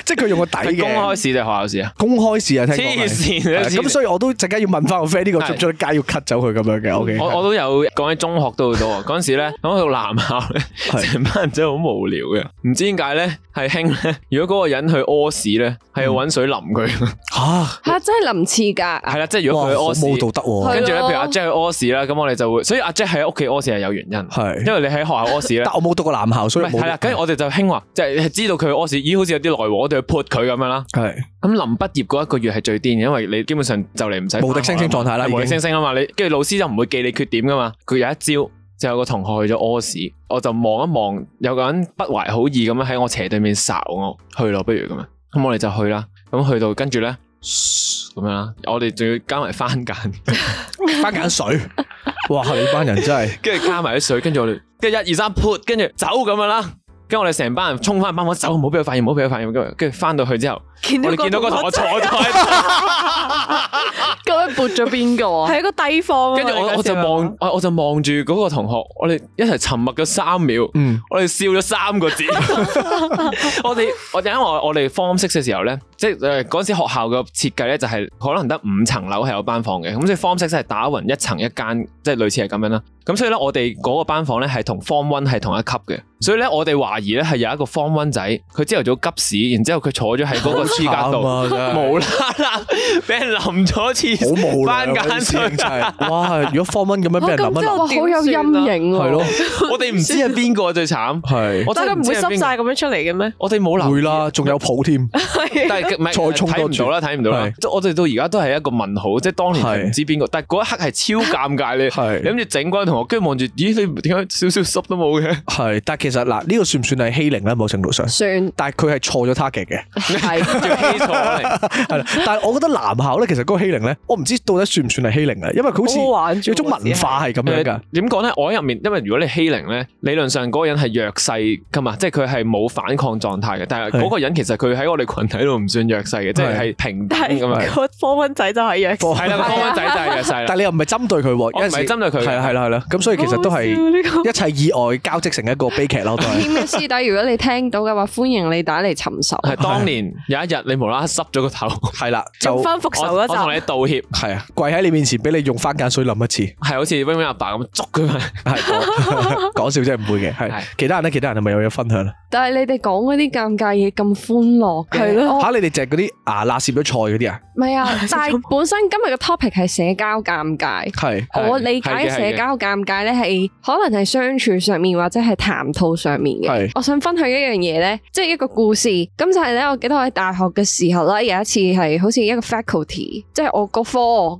Speaker 1: 即係佢用個底
Speaker 4: 係公開
Speaker 1: 嘅。
Speaker 4: 試定學校試啊？
Speaker 1: 公開試啊，聽講
Speaker 4: 黐
Speaker 1: 係
Speaker 4: 線啊！
Speaker 1: 係咁所以我都陣間要問翻我 friend 呢個出唔出得街要 cut 走佢咁樣嘅，OK？
Speaker 4: 嗯我我都有講喺中學都好多， 嗰陣時咧，我讀男校咧，
Speaker 1: 係
Speaker 4: 成班人真係好無聊嘅，唔知點解咧係興咧，如果嗰個人去屙屎咧，係要
Speaker 1: 嗯
Speaker 4: 揾水淋佢， 係
Speaker 1: 嚇，
Speaker 3: 吓真係臨次㗎，
Speaker 4: 啦，即係如果佢去
Speaker 1: 哇好
Speaker 4: 屙
Speaker 1: 冇道
Speaker 4: 屎，
Speaker 1: 德喎
Speaker 3: 係，
Speaker 4: 跟住咧，
Speaker 3: 咯
Speaker 4: 譬如阿 Jack 去屙屎啦，咁我哋就會，所以阿 Jack 喺屋企屙屎係有原因，
Speaker 1: 係
Speaker 4: 因為你喺學校 屙屎咧
Speaker 1: 但。我冇讀過男校，
Speaker 4: 唔
Speaker 1: 所以
Speaker 4: 係
Speaker 1: 冇。
Speaker 4: 係啦，跟住我哋就興話，即係知道佢去屙屎，咦，好似有啲來往，我哋去潑佢咁樣啦。
Speaker 1: 係
Speaker 4: 咁臨畢業嗰一個月係最癲嘅，因為你基本上就嚟唔使
Speaker 1: 無敵
Speaker 4: 返
Speaker 1: 星
Speaker 4: 學
Speaker 1: 星狀態啦
Speaker 4: 係
Speaker 1: 已經
Speaker 4: 無敵星星啊嘛，你跟住老師就唔會記你缺點噶嘛。佢有一朝就有個同學去咗屙屎，我就望一望，有個人不懷好意咁樣喺我斜對面睄我，去咯，不如咁樣。咁我哋就去啦。咁去到跟住咧，嘶咁樣啦，我哋仲要加埋番梘，
Speaker 1: 翻緊水，哇！你班人真係
Speaker 4: 跟住加埋啲水，跟住我哋跟住一二三潑，跟住走咁樣啦。跟住我哋成班人衝翻班房走，唔好俾佢發現，唔好俾佢發現。跟住跟住翻到去之後，
Speaker 2: 見
Speaker 4: 我哋見到個同學坐咗喺度。
Speaker 3: 咁樣撥咗邊個啊？
Speaker 2: 係一個低方啊嘛。
Speaker 4: 跟住我
Speaker 2: 你嗰
Speaker 4: 我
Speaker 2: 時
Speaker 4: 就
Speaker 2: 係嘛
Speaker 4: 望我我就望住嗰個同學，我哋一齊沉默咗三秒，
Speaker 1: 嗯
Speaker 4: 我哋笑咗三個 字。我哋我因為我我哋 form six 嘅時候咧，即係誒嗰陣時學校嘅設計咧，就係可能得五層樓係有班房嘅，咁所以 form six 係打勻一層一間，即係類似係咁樣啦。咁所以咧，我哋嗰個班房咧係同 form one 係同一級嘅，所以咧我哋懷疑咧係有一個 form one 仔，佢朝頭早急屎，然之後佢坐咗喺嗰個私家
Speaker 1: 慘
Speaker 4: 度。
Speaker 1: 啊，真係
Speaker 4: 無啦啦俾人淋咗廁
Speaker 1: 好無
Speaker 4: 番
Speaker 1: 良啊
Speaker 4: 梘
Speaker 1: 啲
Speaker 4: 水
Speaker 1: 師兄真係。 哇！如果 form one 咁樣俾人淋一
Speaker 3: 哇
Speaker 1: 淋，
Speaker 3: 好有陰影喎，
Speaker 1: 係咯，
Speaker 4: 我哋唔知係邊個最慘，
Speaker 1: 係
Speaker 4: 我真
Speaker 2: 但
Speaker 4: 係
Speaker 2: 佢唔會
Speaker 4: 知係邊個
Speaker 2: 濕晒咁樣出嚟嘅咩？
Speaker 4: 我哋冇留
Speaker 1: 會
Speaker 4: 意，
Speaker 1: 啦，仲有抱添，
Speaker 4: 但係唔係
Speaker 1: 再衝
Speaker 4: 睇
Speaker 1: 多
Speaker 4: 唔
Speaker 1: 住
Speaker 4: 到啦，睇唔到啦
Speaker 1: 係。
Speaker 4: 即係我哋到而家都係一個問號，即係當年係唔
Speaker 1: 係
Speaker 4: 知邊個，但係嗰一刻係超尷尬
Speaker 1: 係
Speaker 4: 你，你諗住整嗰個同學，跟住望住，咦你點解少少濕都 冇嘅？
Speaker 1: 係。但係其實嗱，呢個算唔算係欺凌咧？某程度上，
Speaker 3: 算
Speaker 1: 但係佢係錯咗 target 嘅。
Speaker 3: 係。
Speaker 4: 仲基礎嚟，
Speaker 1: 系啦，但系我覺得男校咧，其實嗰個欺凌咧，我唔知到底算唔算係欺凌啊，因為佢好似
Speaker 2: 好好玩啫喎
Speaker 1: 有種文化係咁樣
Speaker 4: 誒
Speaker 1: 噶，
Speaker 4: 點講咧？我喺入面，因為如果你欺凌咧，理論上嗰個人係弱勢噶嘛，即係佢係冇反抗狀態嘅。但係嗰個人其實佢喺我哋群體度唔算弱勢嘅，即係係平等
Speaker 2: 但係
Speaker 4: 咁嘛。
Speaker 2: 個科温仔就係啊弱
Speaker 4: 係啦，個方仔就係弱勢
Speaker 1: 但
Speaker 4: 啦
Speaker 1: 系。你又唔係針對佢喎，有
Speaker 4: 我唔係
Speaker 1: 陣時
Speaker 4: 針對佢
Speaker 1: 係啦係啦係啦，咁所以其實都係
Speaker 2: 係
Speaker 1: 一切意外交織 成一個悲劇咯，都係
Speaker 3: 謙嘅師弟，如果你聽到嘅話，歡迎你打嚟尋仇。
Speaker 4: 係當年有一日，日你無啦啦濕咗個頭，
Speaker 1: 系啦，就
Speaker 2: 翻復仇
Speaker 4: 我我
Speaker 2: 嗰
Speaker 4: 同
Speaker 2: 集，
Speaker 4: 你道歉，
Speaker 1: 系啊，跪喺你面前俾你用番碱水淋一 次，系
Speaker 4: 係好似 wing wing 阿爸咁捉佢埋。
Speaker 1: 讲笑啫，唔會嘅。係
Speaker 4: 係
Speaker 1: 其他人咧，其他人係咪有嘢分享啊？
Speaker 3: 但系你哋講嗰啲尷尬嘢咁歡樂嘅，
Speaker 2: 係咯
Speaker 3: 我
Speaker 1: 吓，你哋就係嗰啲牙罅攝咗菜嗰啲啊？
Speaker 3: 唔係啊，但係本身今日嘅 topic 係社交尷尬。
Speaker 1: 係
Speaker 4: 係
Speaker 3: 我理解
Speaker 4: 係
Speaker 3: 嘅
Speaker 4: 嘅係嘅
Speaker 3: 社交尷尬咧，係可能係相處上面或者係談吐上面
Speaker 1: 係
Speaker 3: 嘅。我想分享一樣嘢咧，即係一個故事。咁就係咧，我記得我喺大學嘅時候咧，有一次係好似一個 faculty，即係我個科，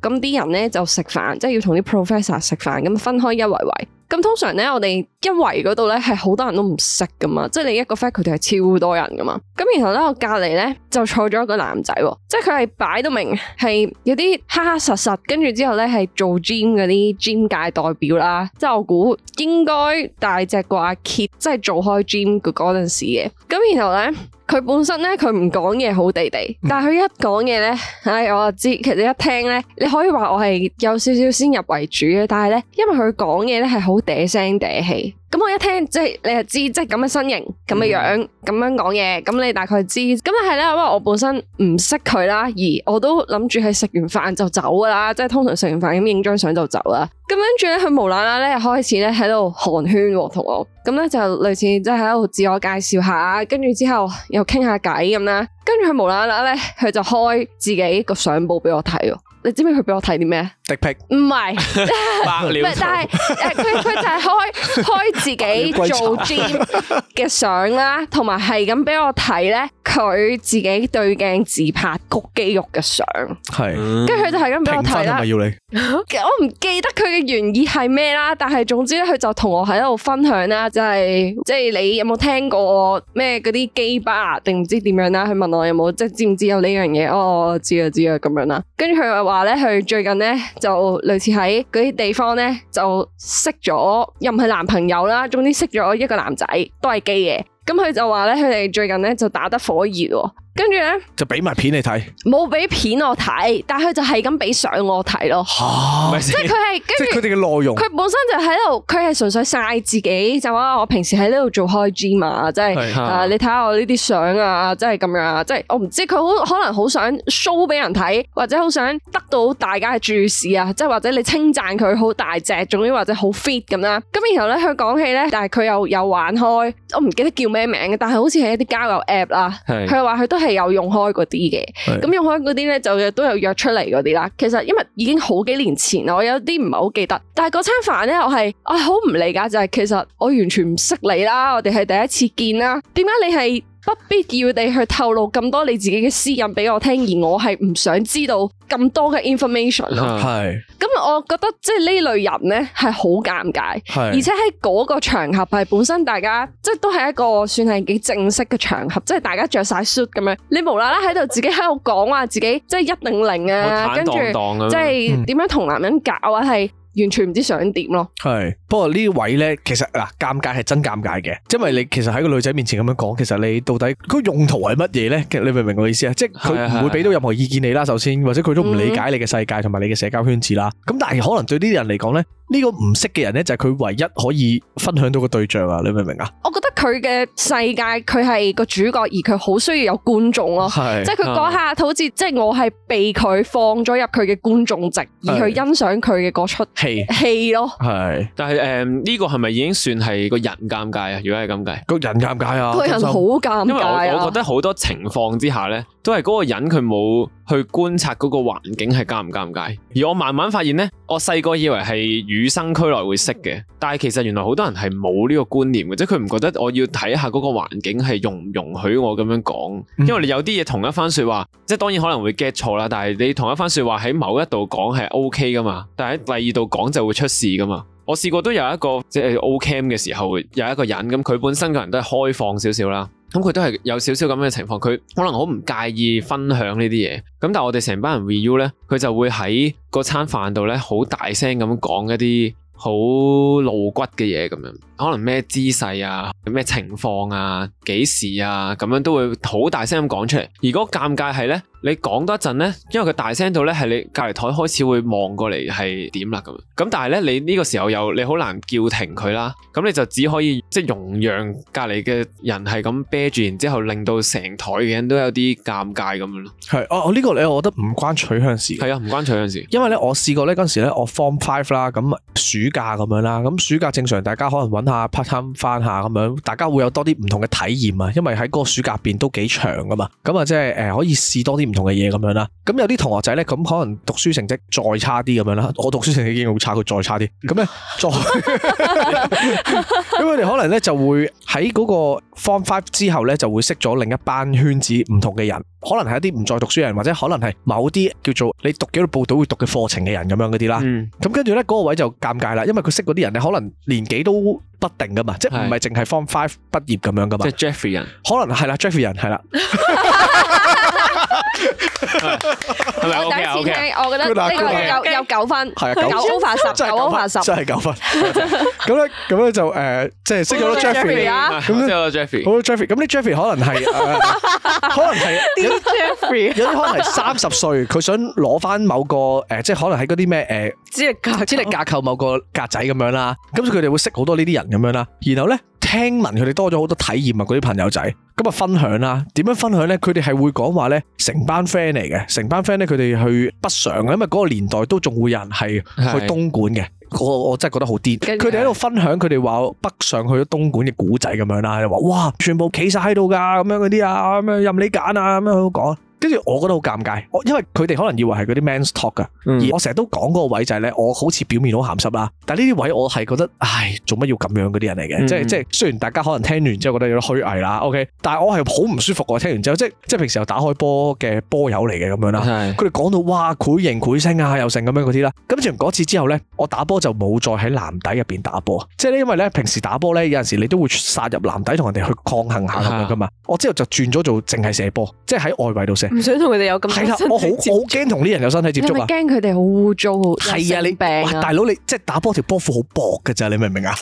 Speaker 3: 咁啲人咧就食飯，即係要同啲 professor 食飯，咁分開一圍圍。咁通常咧，我哋一圍嗰度咧係好多人都唔識噶嘛，即係你一個 faculty 係超多人噶嘛。咁然後咧，我隔離咧就坐咗一個男仔喎，即係佢係擺到明係有啲黑黑實實，跟住之後咧係做 gym 嗰啲 gym 界代表啦。即係我估應該大隻過阿 Kit，即係做開 gym 嗰嗰陣時嘅。咁然後咧。佢本身咧，佢唔講嘢好地地，但係佢一講嘢咧，唉、我就知。其實一聽咧，你可以話我係有少少先入為主嘅，但係咧，因為佢講嘢咧係好嗲聲嗲氣，咁我一聽即係你係知，即係咁嘅身形、咁嘅樣、咁樣講嘢，咁你大概知。咁但係咧，因為我本身唔識佢啦，而我都諗住係食完飯就走噶啦，即係通常食完飯咁影張相就走啦。咁跟住咧，佢無啦啦咧開始咧喺度寒暄喎，同我咁咧就類似即係喺度自我介紹下，跟住之後又傾下偈咁啦。跟住佢無啦啦咧，佢就開自己個相簿俾我睇喎。你知唔知佢俾我睇啲咩？
Speaker 1: 迪辟
Speaker 3: 唔係，
Speaker 4: 白
Speaker 3: 唔
Speaker 4: 了
Speaker 3: 係，但係誒佢佢就係開開自己做 gym 嘅相啦，同埋係咁俾我睇咧，佢自己對鏡自拍谷肌肉嘅相，
Speaker 1: 係
Speaker 4: 嗯
Speaker 3: 跟住佢就係咁俾我
Speaker 1: 評
Speaker 3: 睇
Speaker 1: 分係
Speaker 3: 啦
Speaker 1: 咪。要你？
Speaker 3: 我唔記得佢嘅原意係咩啦，但係總之咧，佢就同我喺度分享啦，就係即係你有冇聽過咩嗰啲基巴定唔知點樣啦？佢問我有冇即係知唔知有呢樣嘢？哦，我知啊知啊咁樣啦。跟住佢又話咧，佢最近咧就類似喺嗰啲地方咧就識咗，又唔係男朋友啦，總之識咗一個男仔，都係基嘅。咁佢就話咧，佢哋最近咧就打得火熱喎，跟住咧
Speaker 1: 就俾埋片你睇，
Speaker 3: 冇俾片我睇，但係佢就係咁俾相我睇咯。
Speaker 1: 吓
Speaker 4: 咪，
Speaker 3: 即
Speaker 4: 先
Speaker 3: 係佢係
Speaker 1: 即
Speaker 3: 跟住
Speaker 1: 係佢哋嘅內容
Speaker 3: 佢本身就喺度，佢係純粹晒自己，就話啊我平時喺呢度做開 gym 啊，即係
Speaker 1: 係
Speaker 3: 啊，你睇下我呢啲相啊，即係咁樣啊，即係我唔知佢好可能好想 show 俾人睇，或者好想得到大家嘅注視啊，即係或者你稱讚佢好大隻，總之或者好 fit 咁啦。咁然後咧，佢講起咧，但係佢又有玩開，我唔記得叫咩名嘅，但係好似係一啲交友 app 啦。
Speaker 4: 係
Speaker 3: 佢話佢都係有用開嗰啲嘅，
Speaker 1: 係
Speaker 3: 咁用開嗰啲咧就都有約出嚟嗰啲啦。其實因為已經好幾年前啦，我有啲唔係好記得。但係嗰餐飯咧，我係啊好唔理解，就係、其實我完全唔識你啦，我哋係第一次見啦，點解你係？不必要地去透露咁多你自己嘅私隱俾我聽，而我係唔想知道咁多嘅 information 咯。
Speaker 4: 啊
Speaker 1: 係
Speaker 3: 咁我覺得即係呢類人咧係好尷尬，而
Speaker 1: 係
Speaker 3: 且喺嗰個場合係本身大家即係都係一個算係幾正式嘅場合，即係大家着晒 suit 咁樣，你無啦啦喺度自己喺度講話自己即係一定零啊，
Speaker 4: 好坦
Speaker 3: 跟住
Speaker 4: 蕩嗯蕩咁樣
Speaker 3: 即係點樣同男人搞啊，係完全唔知想點咯。
Speaker 1: 係。不過呢位咧，其實嗱，尷尬係真尷尬嘅，因為你其實喺個女仔面前咁樣講，其實你到底佢用途係乜嘢咧？其實你明唔明我意思啊？即係
Speaker 4: 係啊
Speaker 1: 佢
Speaker 4: 係
Speaker 1: 唔會
Speaker 4: 啊嗯
Speaker 1: 俾到任何意見你啦，首先，或者佢都唔理解你嘅世界同埋你嘅社交圈子啦。咁但係可能對呢啲人嚟講咧，呢個唔識嘅人咧，就係佢唯一可以分享到嘅對象啊！你明唔明啊？
Speaker 3: 我覺得佢嘅世界佢係個主角，而佢好需要有觀眾
Speaker 4: 哦
Speaker 3: 咯。
Speaker 1: 係
Speaker 3: 即係佢
Speaker 4: 啊
Speaker 3: 嗰下好似即係我係被佢放咗入佢嘅觀眾席，而去欣賞佢嘅嗰出
Speaker 1: 係
Speaker 3: 戲咯。
Speaker 1: 係
Speaker 4: 但係诶呢個係咪已經算係個人尷尬啊？如果係咁計。
Speaker 1: 個人尷尬啊，
Speaker 3: 個人好尷
Speaker 4: 因為我
Speaker 3: 尬
Speaker 4: 我
Speaker 3: 啊
Speaker 4: 覺！得好多情況之下咧，都係嗰個人佢冇去觀察嗰個環境係尷唔尷尬。而我慢慢發現咧，我細個以為係與生俱來會識嘅，但係其實原來好多人係冇呢個觀念嘅，即係佢唔覺得我要睇下嗰個環境係容唔容許我咁樣講。
Speaker 1: 嗯
Speaker 4: 因為你有啲嘢同一番説話，即係當然可能會 get 錯啦，但係你同一番説話喺某一度講係 OK 噶嘛，但係喺第二度講就會出事噶嘛。我試過都有一個即係 O cam 嘅時候，有一個人咁，佢本身個人都係開放少少啦。咁佢都係有少少咁嘅情況，佢可能好唔介意分享呢啲嘢。咁但係我哋成班人 review 咧，佢就會喺嗰餐飯度咧，好大聲咁講一啲好露骨嘅嘢咁樣，可能咩姿勢啊、咩情況啊、幾時啊咁樣都會好大聲咁講出嚟。而嗰個尷尬係咧，你講多一陣咧，因為佢大聲到咧係你隔離台開始會望過嚟係點啦咁樣。咁但係咧，你呢個時候又你好難叫停佢啦。咁你就只可以即係容讓隔離嘅人係咁啤住，然之後令到成台嘅人都有啲尷尬咁樣咯。
Speaker 1: 系哦，我呢個咧，我覺得唔關取向事嘅。
Speaker 4: 係啊，唔關取嗰陣時。
Speaker 1: 因為咧，我試過咧嗰陣時咧，我 Form Five 啦，咁暑假咁樣啦，咁暑假正常大家可能揾下 part time 翻下咁樣，大家會有多啲唔同嘅體驗啊。因為喺嗰個暑假入邊都幾長噶嘛，咁啊即係誒可以試多啲唔同嘅嘢咁樣啦。咁有啲同學仔咧，咁可能讀書成績再差啲咁樣啦，我讀書成績已經好差，佢再差啲，咁咧再 咁佢哋可能咧就會喺嗰個 Form Five 之後咧就會識咗另一班圈子唔同嘅人。可能係一啲唔再讀書嘅人，或者可能係某啲叫做你讀紀律部隊會讀嘅課程嘅人咁樣嗰啲啦。
Speaker 4: 嗯，
Speaker 1: 咁跟住咧，嗰個位就尷尬啦，因為佢識嗰啲人咧，可能年紀都不定噶嘛，即係唔係淨係 Form Five 畢業咁樣噶嘛
Speaker 4: 即係，Jeffrey 人
Speaker 1: 可能係啦，Jeffrey 人係啦，
Speaker 4: 係咪
Speaker 3: 我第
Speaker 4: OK 啊
Speaker 3: 一次
Speaker 4: OK 啊？
Speaker 3: 聽，我覺得呢
Speaker 1: 佢
Speaker 3: 個
Speaker 1: 嗱
Speaker 3: 有有九分，
Speaker 1: 係啊，
Speaker 3: 九
Speaker 1: 九
Speaker 3: over 十，
Speaker 1: 真係
Speaker 3: 九
Speaker 1: 九
Speaker 3: over
Speaker 1: 分，
Speaker 3: 十。
Speaker 1: 真係九分。咁咧，咁咧就誒，即係識咗 Jeffrey，
Speaker 3: 啊
Speaker 4: 啊即係我 Jeffrey
Speaker 1: 好。啦 Jeffrey，咁呢 Jeffrey 可能係 誒可能係有
Speaker 2: Jeffrey
Speaker 1: 有啲可能係三十歲，佢想攞翻某個誒，即係可能係嗰啲咩誒。
Speaker 2: 資歷架，
Speaker 1: 即係架構某個格仔咁樣啦，咁所以佢哋會識好多呢啲人咁樣啦。然後呢，聽聞佢哋多咗好多體驗啊，嗰啲朋友仔咁啊分享啦。點樣分享呢？佢哋係會講話呢，成班 friend 嚟嘅，成班 friend 呢，佢哋去北上嘅，因為嗰個年代都仲會有人係去
Speaker 4: 係
Speaker 1: 東莞嘅。我我真係覺得好癲，
Speaker 3: 跟住
Speaker 1: 佢哋喺度分享佢哋話北上去咗東莞嘅古仔咁樣啦，又話哇全部企晒喺度㗎咁樣嗰啲啊，咁樣任你揀啊咁樣喺度講。跟住我覺得好尷尬，我因為佢哋可能以為係嗰啲 man's talk 啊㗎。
Speaker 2: 嗯
Speaker 1: 而我成日都講嗰個位就係咧，我好似表面好鹹濕啦，但呢啲位我係覺得，唉，做乜要咁樣嗰啲人嚟嘅？
Speaker 4: 嗯
Speaker 1: 即係即係雖然大家可能聽完之後覺得有啲虛偽啦，OK，但係我係好唔舒服喎。聽完之後，即係即係平時又打開波嘅波友嚟嘅咁樣啦。
Speaker 2: 嗯
Speaker 4: 係
Speaker 1: 佢哋講到哇，攰型攰聲啊，又成咁樣嗰啲啦。咁自從嗰次之後呢，我打波就冇再喺籃底入邊打波，即係咧因為呢，平時打波呢，有陣時你都會殺入籃底同人哋去抗衡下
Speaker 2: 嗯
Speaker 1: 咁樣噶嘛。我之後就轉咗做淨係射波，即係喺外圍度射。
Speaker 2: 唔想同佢哋有嗯咁
Speaker 1: 係啦
Speaker 2: 多，身
Speaker 1: 我好
Speaker 2: 體
Speaker 1: 我
Speaker 2: 接觸
Speaker 1: 好驚同啲人有身體接
Speaker 3: 你係
Speaker 1: 觸
Speaker 3: 咪
Speaker 1: 啊。
Speaker 3: 驚佢哋好污糟，好
Speaker 1: 係啊，你
Speaker 3: 病
Speaker 1: 哇
Speaker 3: 啊
Speaker 1: 大？佬你即係打波條波褲好薄嘅咋，你明唔 明啊？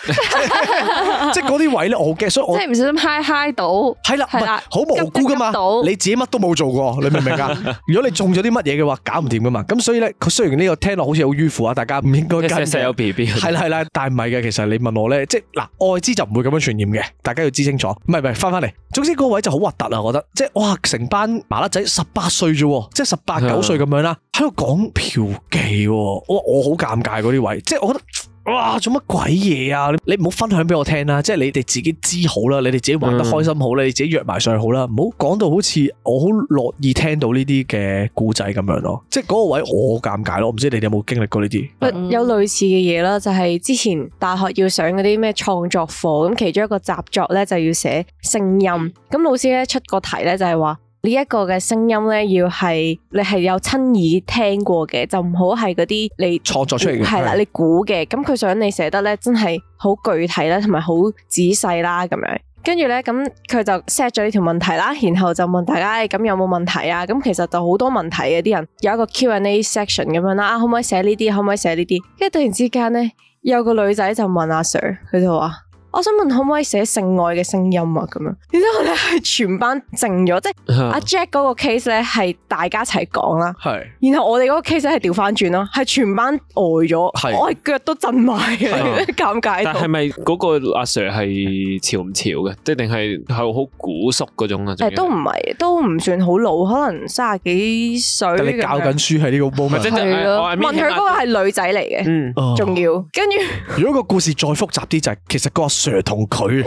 Speaker 1: 即係嗰啲位咧，我好驚，所以
Speaker 3: 即
Speaker 1: 我
Speaker 3: 係唔小心嗨嗨到，
Speaker 1: 係啦，唔
Speaker 3: 係
Speaker 1: 係
Speaker 3: 啦
Speaker 1: 好無辜噶嘛
Speaker 3: 急急急到，
Speaker 1: 你自己乜都冇做過，你明唔明 啊？如果你中咗啲乜嘢嘅話，搞唔掂噶嘛。咁所以咧，佢雖然呢個聽落好似好迂腐啊，大家唔應該跟
Speaker 4: 一細細有
Speaker 1: 嘅。
Speaker 4: B B。
Speaker 1: 係啦係啦，但係唔係嘅，其實你問我咧，即係嗱，艾滋就唔會咁樣傳染嘅，大家要知清楚。唔係唔係，翻翻嚟，總之嗰個位就好核突啊！我覺得，即係哇，成班麻甩仔十八歲啫喎，即係十八
Speaker 2: 啊
Speaker 1: 九歲咁樣啦，喺度講嫖妓喎，我我好尷尬嗰啲位，即係我覺得。哇！做乜鬼嘢啊？你你唔好分享俾我聽啦，即係你哋自己知好啦，你哋自己玩得開心
Speaker 2: 嗯
Speaker 1: 好啦，你自己約埋上去好啦，唔好講到好似我好樂意聽到呢啲嘅故仔咁樣咯。即係嗰個位我好尷尬咯，我唔知你哋有冇經歷過呢啲？
Speaker 2: 不有類似嘅嘢啦，就係之前大學要上嗰啲咩創作課，咁其中一個習作咧就要寫聲音，咁老師咧出個題咧就係話呢一個嘅聲音咧要係你係有親耳聽過嘅，就唔好係嗰啲你
Speaker 1: 創作出嚟嘅
Speaker 2: 嗯係啦，
Speaker 1: 係
Speaker 2: 你估嘅，咁佢想你寫得咧真係好具體啦，同埋好仔細啦咁樣。跟住咧，咁佢就 set 咗呢條問題啦，然後就問大家，哎咁、有冇問題啊？咁其實就好多問題嘅，啲人有一個 Q&A section 咁樣啦，啊，可唔可以寫呢啲？可唔可以寫呢啲？跟住突然之間咧，有個女仔就問阿 Sir，佢就話：我想問可唔可以寫性愛嘅聲音啊？咁樣，然之後咧係全班靜咗，即係
Speaker 4: Ờ.
Speaker 1: 啊
Speaker 2: 阿 Jack 嗰個 case 咧係大家一齊講啦，
Speaker 1: 係
Speaker 2: 然後我哋嗰個 case 係調翻轉咯，係全班呆咗，
Speaker 1: 係啊
Speaker 2: 我係腳都震埋嘅，
Speaker 4: 係
Speaker 2: 尷尬
Speaker 4: 但
Speaker 2: 到
Speaker 4: 係。咪嗰個阿 Sir 係潮唔潮嘅？即係定係係好古縮嗰種啊？仲
Speaker 2: 誒
Speaker 4: 要
Speaker 2: 都唔係，都唔算好老，可能三十幾歲
Speaker 1: 但
Speaker 2: 咁
Speaker 1: 你教緊
Speaker 2: 樣。
Speaker 1: 書喺呢個
Speaker 4: 唔係即
Speaker 1: moment。
Speaker 4: 係
Speaker 3: 係咯
Speaker 4: 我係
Speaker 2: 問佢嗰個係女仔嚟嘅，
Speaker 4: 嗯，
Speaker 1: 哦
Speaker 2: 仲要跟住
Speaker 1: 如果個故事再複雜啲，就係其實個阿 Sir 同佢，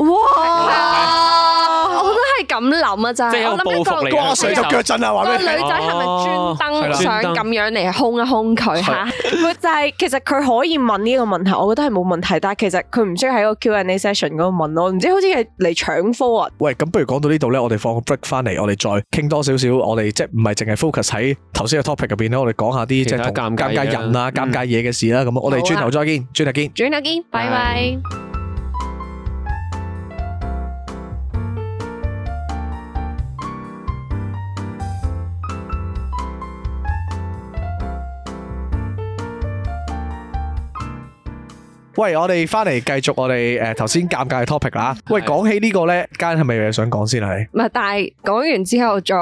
Speaker 3: 哇！我覺得係咁諗啊，就
Speaker 4: 啊即係
Speaker 3: 係
Speaker 4: 有
Speaker 3: 我諗
Speaker 4: 報
Speaker 3: 呢
Speaker 4: 復
Speaker 3: 個
Speaker 4: 嚟啊
Speaker 1: 個阿 Sir 就腳震啦，啊話
Speaker 3: 嗰個
Speaker 1: 咩？
Speaker 3: 女仔係
Speaker 4: 哦
Speaker 3: 咪專登想咁樣嚟兇一兇佢嚇？
Speaker 2: 佢就係其實佢可以問呢個問題，我覺得係冇問題，但係其實佢唔需要喺個 Q&A session 嗰度問咯，唔知好似係嚟搶科啊，
Speaker 1: 喂，咁不如講到呢度咧，我哋放個 break 翻嚟，我哋再傾多少少，我哋即係唔係淨係 focus 喺頭先嘅 topic 入邊咧，我哋講下啲即
Speaker 4: 其
Speaker 1: 係
Speaker 4: 他
Speaker 1: 同
Speaker 4: 尷
Speaker 1: 尷
Speaker 4: 尬
Speaker 1: 尬
Speaker 4: 嘢啦
Speaker 1: 人啊、尷尬嘢嘅事啦。咁我哋轉頭再見，轉頭見。
Speaker 3: 轉頭見，拜拜。
Speaker 1: 喂，我哋翻嚟繼續我哋诶头先尷尬嘅 topic 啦。喂，
Speaker 4: 係
Speaker 1: 講起呢個咧，間係咪有嘢想講先啊？你
Speaker 3: 唔係，但係講完之後再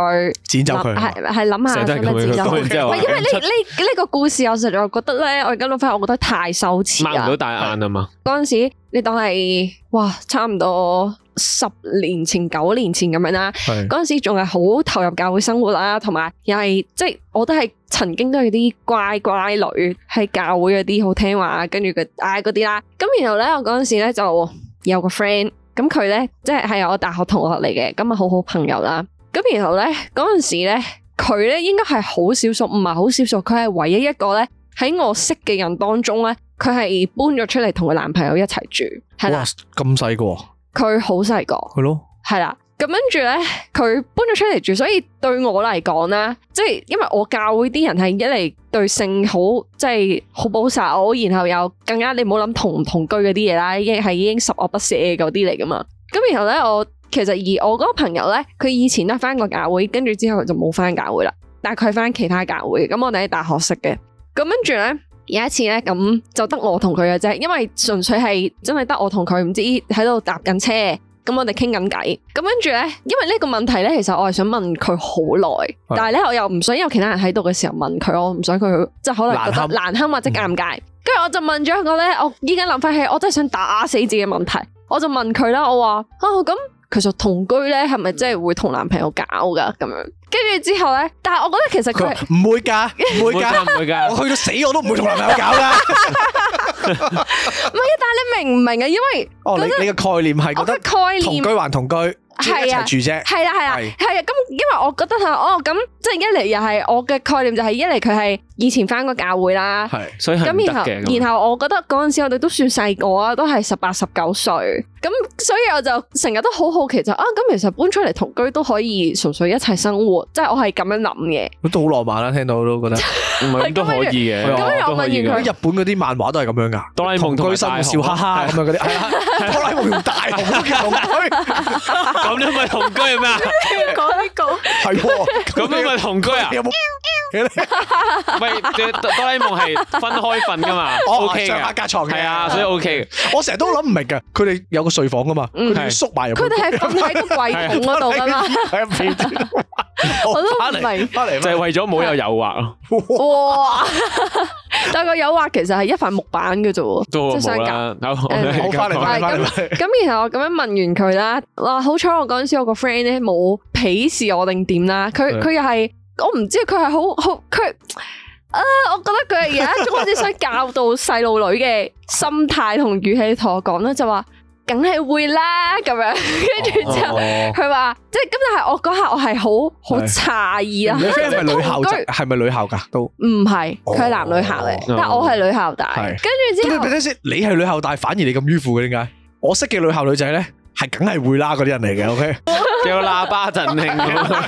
Speaker 1: 剪走佢
Speaker 3: 諗係係諗下
Speaker 4: 成日都
Speaker 3: 想唔想
Speaker 4: 係咁樣
Speaker 3: 剪走
Speaker 4: 講
Speaker 3: 佢
Speaker 4: 完之後
Speaker 3: 唔
Speaker 4: 話
Speaker 3: 係因為呢
Speaker 4: 出
Speaker 3: 呢呢個故事，我實在覺得咧，我而家諗翻，我覺得太羞恥
Speaker 4: 擘唔
Speaker 3: 啦
Speaker 4: 到。大眼啊嘛，
Speaker 3: 嗰阵时你當係哇，差唔多十年前、九年前咁樣啦。
Speaker 1: 係
Speaker 3: 嗰阵时仲係好投入教會生活啦，同埋又係即係我都係曾經都係啲乖乖女，喺教會嗰啲好聽話，跟住佢嗌嗰啲啦。咁然後咧，我嗰阵时咧就有個 friend，咁佢咧即係係我大學同學嚟嘅，咁啊好好朋友啦。咁然後咧嗰阵时咧，佢咧應該係好少數，唔係好少數，佢係唯一一個咧喺我識嘅人當中咧，佢係搬咗出嚟同佢男朋友一齊住，係
Speaker 1: 哇
Speaker 3: 啦，
Speaker 1: 咁細個喎，
Speaker 3: 佢好細個。
Speaker 1: 係咯，
Speaker 3: 系啦。咁跟住咧，佢搬咗出嚟住，所以對我嚟講啦，即係因為我教會啲人係一嚟對性好，即係好保守，然後又更加你唔好諗同唔同居嗰啲嘢啦，已經係已經十惡不赦嗰啲嚟噶嘛。咁然後咧，我其實而我嗰個朋友咧，佢以前都係翻過教會，跟住之後就冇翻教會啦，但係佢係翻其他教會嘅。咁我哋喺大學識嘅。咁跟住咧。有一次咧，咁就得我同佢嘅啫，因為純粹係真係得我同佢，唔知喺度搭緊車，咁我哋傾緊偈，咁跟住咧，因為呢個問題咧，其實我係想問佢好耐，但係咧我又唔想有其他人喺度嘅時候問佢，我唔想佢即係可能覺
Speaker 1: 難堪
Speaker 3: 得難堪或者尷尬。跟住我就問咗一個咧，我依家諗翻起，我真係想打死自己嘅問題，我就問佢啦，我話啊咁。其實同居咧係咪真係會同男朋友搞噶咁樣？跟住之後咧，但係我覺得其實
Speaker 1: 佢
Speaker 3: 佢
Speaker 1: 話唔會㗎，唔會㗎，
Speaker 4: 唔會㗎
Speaker 1: 我去到死我都唔會同男朋友搞啦。
Speaker 3: 唔係，但係你明唔明啊？因為
Speaker 1: 哦，你你嘅概念係
Speaker 3: 我
Speaker 1: 覺得
Speaker 3: 嘅概
Speaker 1: 同
Speaker 3: 念
Speaker 1: 居還同居，即係一
Speaker 3: 係啊
Speaker 1: 齊住啫。
Speaker 3: 係啦係啦
Speaker 1: 係
Speaker 3: 係啊，咁因為我覺得係哦咁，即係一嚟又係我嘅概念就係一嚟佢係以前翻過教會啦，
Speaker 1: 係
Speaker 4: 所以係
Speaker 3: 咁
Speaker 4: 唔得
Speaker 3: 然後
Speaker 4: 嘅。咁
Speaker 3: 然後我覺得嗰陣時我哋都算細個啊，都係十八十九歲，咁所以我就成日都好好奇就啊，咁其實搬出嚟同居都可以純粹一齊生活，即係我係咁樣諗嘅。
Speaker 1: 都好浪漫啦，聽到都覺得。
Speaker 4: 唔係咁都可以嘅，
Speaker 1: 咁
Speaker 3: 樣
Speaker 4: 都可以
Speaker 3: 我問完
Speaker 4: 嘅
Speaker 3: 佢
Speaker 1: 日本嗰啲漫畫都係咁樣㗎，
Speaker 4: 哆啦 A 夢
Speaker 1: 同居生活笑哈哈咁樣嗰啲，係啦，哆啦 A 夢同大雄都叫同居，
Speaker 4: 咁你咪同居係咩啊？
Speaker 2: 講呢個。
Speaker 1: 係喎，
Speaker 4: 咁你咪同居啊？
Speaker 1: 有冇？
Speaker 4: 喂，哆哆啦 A 夢係分開瞓噶嘛
Speaker 1: 哦
Speaker 4: ？OK à,
Speaker 1: 上下
Speaker 4: 嘅，
Speaker 1: 隔床嘅，
Speaker 4: 係啊，所以 OK 嘅。
Speaker 1: 我成日都諗唔明㗎，佢哋有個睡房㗎嘛，
Speaker 3: 嗯
Speaker 1: 佢哋要縮埋入去，
Speaker 3: 佢哋係瞓喺個櫃桶嗰度㗎 嘛，
Speaker 1: 係啊，變咗
Speaker 3: 我都
Speaker 1: 返
Speaker 3: 唔
Speaker 1: 嚟
Speaker 3: 明。
Speaker 1: 翻嚟
Speaker 4: 就係為咗冇有誘惑咯，
Speaker 3: 哇！ 但係個誘惑其實係一塊木板嘅啫喎，
Speaker 4: 都
Speaker 3: 即係
Speaker 4: 冇
Speaker 3: 想搞。
Speaker 4: 啦。好，我哋
Speaker 1: 好翻嚟翻嚟翻
Speaker 3: 係
Speaker 1: 嚟返嚟，
Speaker 3: 咁然後我咁樣問完佢啦，哇！好彩我嗰陣時我個 friend 咧冇鄙視我定點啦，佢
Speaker 1: 係
Speaker 3: 佢又係我唔知佢係好好佢啊！我覺得佢係有一種好似想教導細路女嘅心態同語氣同我講啦，就話梗係會啦咁樣，跟住之後
Speaker 1: 哦
Speaker 3: 佢話即係咁，但係我嗰下我係好好
Speaker 1: 係
Speaker 3: 詫異啦，
Speaker 1: 你 friend 係咪女校
Speaker 3: 同居
Speaker 1: 仔？係咪女校㗎？都
Speaker 3: 唔係佢係男女校嚟
Speaker 4: 哦，
Speaker 3: 但我係女校大，
Speaker 1: 係
Speaker 3: 跟住之
Speaker 1: 咁
Speaker 3: 後
Speaker 1: 你。睇先，你係女校大，反而你咁迂腐嘅點解？我識嘅女校女仔咧，係梗係會啦嗰啲人嚟嘅，OK，
Speaker 4: 有喇叭陣興 咁，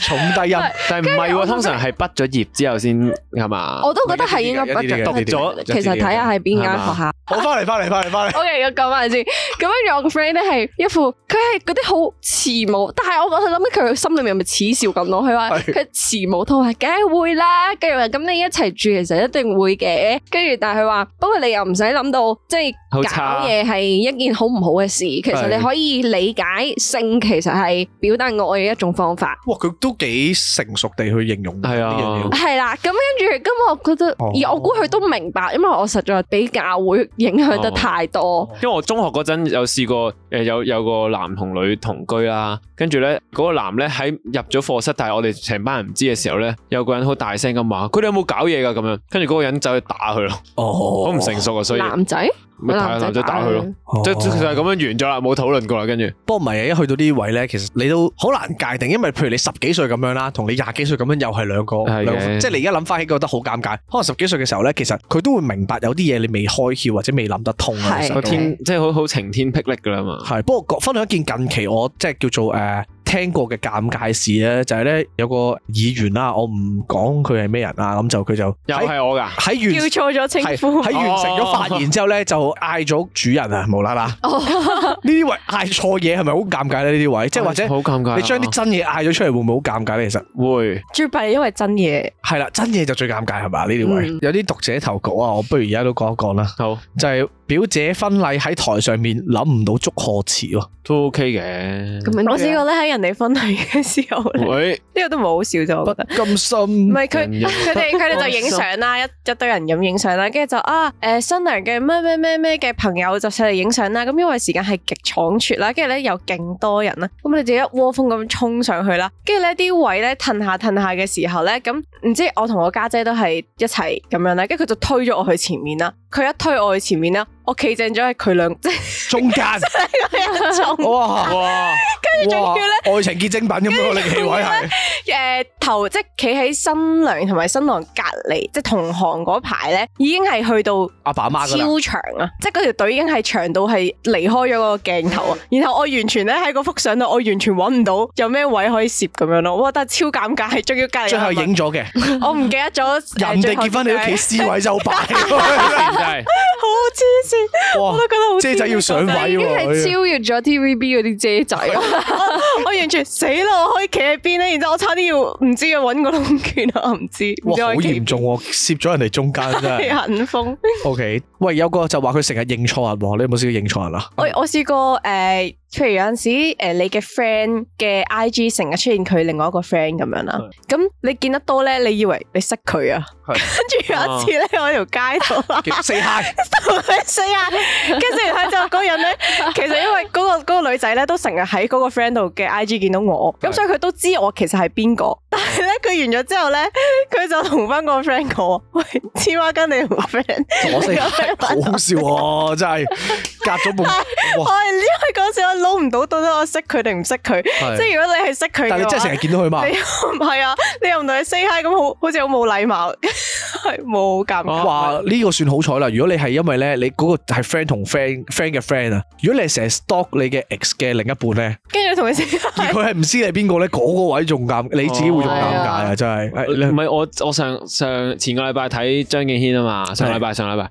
Speaker 1: 重低音。
Speaker 4: 但係唔係喎，通常係畢咗業之後先係嘛？
Speaker 3: 我都覺得係應該不
Speaker 1: 有啲嘅
Speaker 3: 盡
Speaker 1: 有啲嘅
Speaker 4: 有啲嘅
Speaker 3: 其實睇下係邊間學校。
Speaker 1: 好，翻嚟，翻嚟，翻嚟，翻嚟。
Speaker 3: O K，我講翻先。咁跟住我個 friend 咧係一副佢係嗰啲好慈母，但係我我諗緊佢心裏面係咪恥笑咁咯？佢話
Speaker 1: 係
Speaker 3: 佢慈母，佢話梗係會啦。跟住話咁你一齊住其實一定會嘅。跟住但係佢話不過你又唔使諗到即係
Speaker 4: 好差
Speaker 3: 搞嘢係一件好唔好嘅事。其實
Speaker 1: 係
Speaker 3: 你可以理解性其實係表達愛嘅一種方法。
Speaker 1: 哇，佢都幾成熟地去形容呢
Speaker 4: 係啊
Speaker 1: 樣嘢。
Speaker 3: 系啦，咁跟住，咁我覺得，
Speaker 1: 哦
Speaker 3: 而我估佢都明白，因為我實在俾教會影響得太多，
Speaker 4: 因為我中學嗰陣有試過，誒有有個男同女同居啦，跟住咧嗰個男咧喺入咗課室，但係我哋成班人唔知嘅時候咧，有個人好大聲咁話：佢哋有冇搞嘢㗎？咁樣，跟住嗰個人走去打佢咯，
Speaker 1: 哦，
Speaker 4: 好
Speaker 1: 我
Speaker 4: 唔成熟啊，所以
Speaker 3: 男仔，
Speaker 4: 咪打男仔打佢咯，即係就
Speaker 1: 哦
Speaker 4: 係咁樣完咗啦，冇討論過啦，跟住
Speaker 1: 不過唔係嘅，一去到呢位咧，其實你都好難界定，因為譬如你十幾歲咁樣啦，同你廿幾歲咁樣又係兩個，
Speaker 4: 係嘅
Speaker 1: 兩個即係你而家諗翻起覺得好尷尬。可能十幾歲嘅時候咧，其實佢都會明白有啲嘢你未開竅或者未諗得通啊。
Speaker 3: 係
Speaker 1: 其實
Speaker 4: 個
Speaker 1: 都
Speaker 4: 天即係好好晴天霹靂㗎啦嘛，
Speaker 1: 係，不過講分享一件近期我即係叫做誒、呃、聽過嘅尷尬事咧，就係、呢，咧有個議員啊啦，我唔講佢係咩人啊，咁就佢就
Speaker 4: 又
Speaker 1: 喺
Speaker 4: 係哦我㗎。
Speaker 1: 喺完
Speaker 2: 叫錯咗稱
Speaker 1: 嗯係
Speaker 2: 呼，
Speaker 1: 喺完成咗發言之後咧，就嗌咗主人啊，無啦啦。呢啲位嗌錯嘢係咪好尷尬咧？呢啲位即係或者
Speaker 4: 好尷尬啊，
Speaker 1: 你將啲真嘢嗌咗出嚟，會唔會好尷尬咧？其實
Speaker 4: 會
Speaker 2: 最弊係因為真嘢，
Speaker 1: 係啦，真嘢就最尷尬係嘛？呢啲位
Speaker 3: 嗯
Speaker 1: 有啲讀者投稿啊，我不如而家都講一講啦。
Speaker 4: 好
Speaker 1: 就係表姐婚禮喺台上面諗唔到祝賀詞咯，
Speaker 4: 都 OK 嘅。
Speaker 3: 咁樣
Speaker 1: 啊
Speaker 2: 我試過咧喺人哋婚禮嘅時候咧，
Speaker 4: 喂，
Speaker 2: 呢個都唔係好笑啫，我覺得。
Speaker 1: 甘
Speaker 2: 唔
Speaker 1: 心
Speaker 2: 係佢
Speaker 4: 人肉
Speaker 2: 佢哋佢哋就影相啦，一一堆人咁影相啦，跟住就啊誒新娘嘅咩咩咩咩嘅朋友就上嚟影相啦。咁因為時間係極倉促啦，跟住咧又勁多人啦，咁你哋一窩蜂咁衝上去啦。跟住咧啲位咧褪下褪下嘅時候咧，咁唔知我同我家姐都係一齊咁樣啦，跟住佢就推咗我去前面啦。佢一推我去前面啦，我企正咗喺佢兩即係
Speaker 1: 中間，
Speaker 2: 一種
Speaker 1: 哇
Speaker 4: 哇，
Speaker 2: 跟住仲要咧。
Speaker 1: 哇愛情結晶品咁樣你企位係，
Speaker 2: 诶、頭即係企喺新娘同埋新郎隔離，即系同行嗰排咧，已經係去到
Speaker 1: 阿爸阿媽㗎啦
Speaker 2: 超長啊！即系嗰條隊已經係長到係離開咗嗰個鏡頭啊！然後我完全咧喺嗰幅相度，我完全揾唔到有咩位可以攝咁樣咯。哇！但係超尷尬，仲要隔離
Speaker 1: 最後
Speaker 2: 有人
Speaker 1: 影咗嘅，
Speaker 2: 問我唔記得咗
Speaker 1: 人哋結婚你
Speaker 2: 屋
Speaker 1: 都企 C 位就 擺，
Speaker 4: 真
Speaker 2: 好黐線，
Speaker 1: 哇
Speaker 2: 我都！覺得好
Speaker 1: 姐仔要上位
Speaker 3: 已經
Speaker 4: 啊
Speaker 1: 喎，
Speaker 3: 係超越咗 TVB 嗰啲 姐仔，
Speaker 2: 我完全死啦！我可以企喺邊咧，然之後我差啲要唔知要揾個窿拳啊！唔知唔知
Speaker 1: 哇好
Speaker 2: 我可以企
Speaker 1: 嚴重啊喎，攝咗人哋中間真係。
Speaker 2: 邊人風。
Speaker 1: O、k 喂，有個就話佢成日認錯人喎，你有冇試過認錯人
Speaker 4: 嗯
Speaker 1: 啊？
Speaker 2: 我我試過誒、呃譬如有陣時誒、呃你嘅 friend 嘅 IG 成日出現佢另外一個 friend 咁樣啦，咁你見得多咧，你以為你識佢啊？
Speaker 4: 係啊
Speaker 2: 跟住有一次咧，我喺條街度啦，
Speaker 1: 四 hi，
Speaker 2: 同佢死啊！跟住佢就嗰個人咧，其實因為嗰、個嗰個女仔咧都成日喺嗰個 friend 度嘅 IG 見到我，咁
Speaker 4: 係
Speaker 2: 所以佢都知我其實係邊個。但係咧，佢完咗之後咧，佢就同翻個 friend 講：喂，黐孖筋你唔 friend。
Speaker 1: 我 四 hi，好好笑喎、真係隔咗半，
Speaker 2: 我
Speaker 1: 哇！
Speaker 2: 哦係因為嗰時我撈唔到，到底我識佢定唔識佢。即
Speaker 1: 係
Speaker 2: 係如果你係識佢嘅話，
Speaker 1: 但係你真係成日見到佢嘛？
Speaker 2: 你又唔係啊，你又 唔同佢 say hi 咁，好好似好冇禮貌， 係冇尷尬。
Speaker 1: 哇！呢、個算好彩啦。如果你係因為咧，你嗰個係 friend 同 friend，friend 嘅 friend 啊。如果你係成日 stalk 你嘅 ex 嘅另一半咧，
Speaker 2: 跟住同佢 say
Speaker 1: 而
Speaker 2: hi，
Speaker 1: 佢係唔知你係邊個咧，嗰、個位仲尷，你自己會仲尷尬啊！真係。
Speaker 4: 係唔
Speaker 1: 誒
Speaker 4: 係我我上上前個禮拜睇張敬軒啊嘛，上禮拜上禮拜。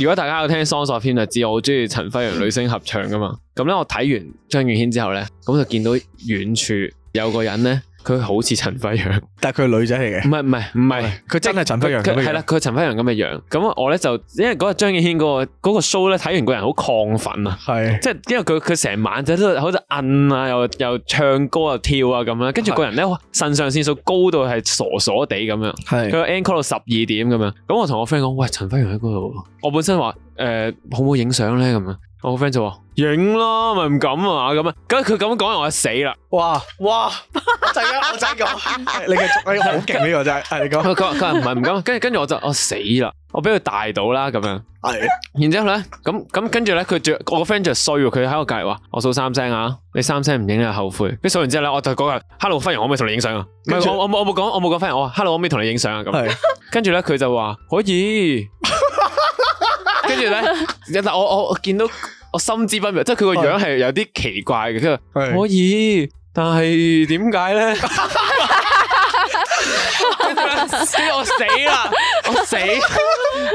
Speaker 4: 如果大家有聽《Songs of Him》就知，我好中意陳輝陽女聲合唱噶嘛。咁咧，我睇完張敬軒之後咧，咁就見到遠處有個人咧，佢好似陳輝陽，
Speaker 1: 但係佢係女仔嚟
Speaker 4: 唔
Speaker 1: 嘅，
Speaker 4: 係唔係唔係。
Speaker 1: 佢真係陳輝陽咁
Speaker 4: 佢
Speaker 1: 嘅樣
Speaker 4: 係啦，，佢係陳輝陽咁嘅樣。咁我咧就因為嗰日張敬軒嗰個嗰個 show 咧睇完個人好亢奮啊，
Speaker 1: 係
Speaker 4: 即係因為佢佢成晚就都好似摁啊，又又唱歌又跳啊咁啦，跟住個人咧腎上腺素高到係傻傻地咁樣。佢
Speaker 1: 係
Speaker 4: 個 end call 到十二點咁樣，咁我同我 friend 講，喂，陳輝陽喺嗰度喎，我本身話誒、呃好唔好影相咧咁樣，我個 friend 就話影啦，咪唔敢啊咁啊，咁佢咁講完我就死啦。
Speaker 1: 哇哇！真係我真係講，你繼續，你好勁呢個真係，係你講
Speaker 4: 佢佢話佢話唔係唔敢，跟住跟住我就我死啦，我俾佢大到啦咁樣。
Speaker 1: 係。
Speaker 4: 然之後咧，咁咁跟住咧，佢著我個 friend 就衰喎，佢喺我隔離話：我數三聲啊，你三聲唔影你就後悔。跟住數完之後咧，我就講話：Hello，輝陽，我可唔可以同你影相啊？唔
Speaker 1: 跟住
Speaker 4: 係我我冇我冇講我冇講輝陽，我話 Hello，可唔可以同你影相啊？咁
Speaker 1: 係
Speaker 4: 跟住咧，佢就話可 以。跟住咧，但我我我見到我心知不妙，即係佢個樣係有啲奇怪嘅。跟住
Speaker 1: 係
Speaker 4: 可以，但係點解咧？跟住呢跟住我死啦！我死，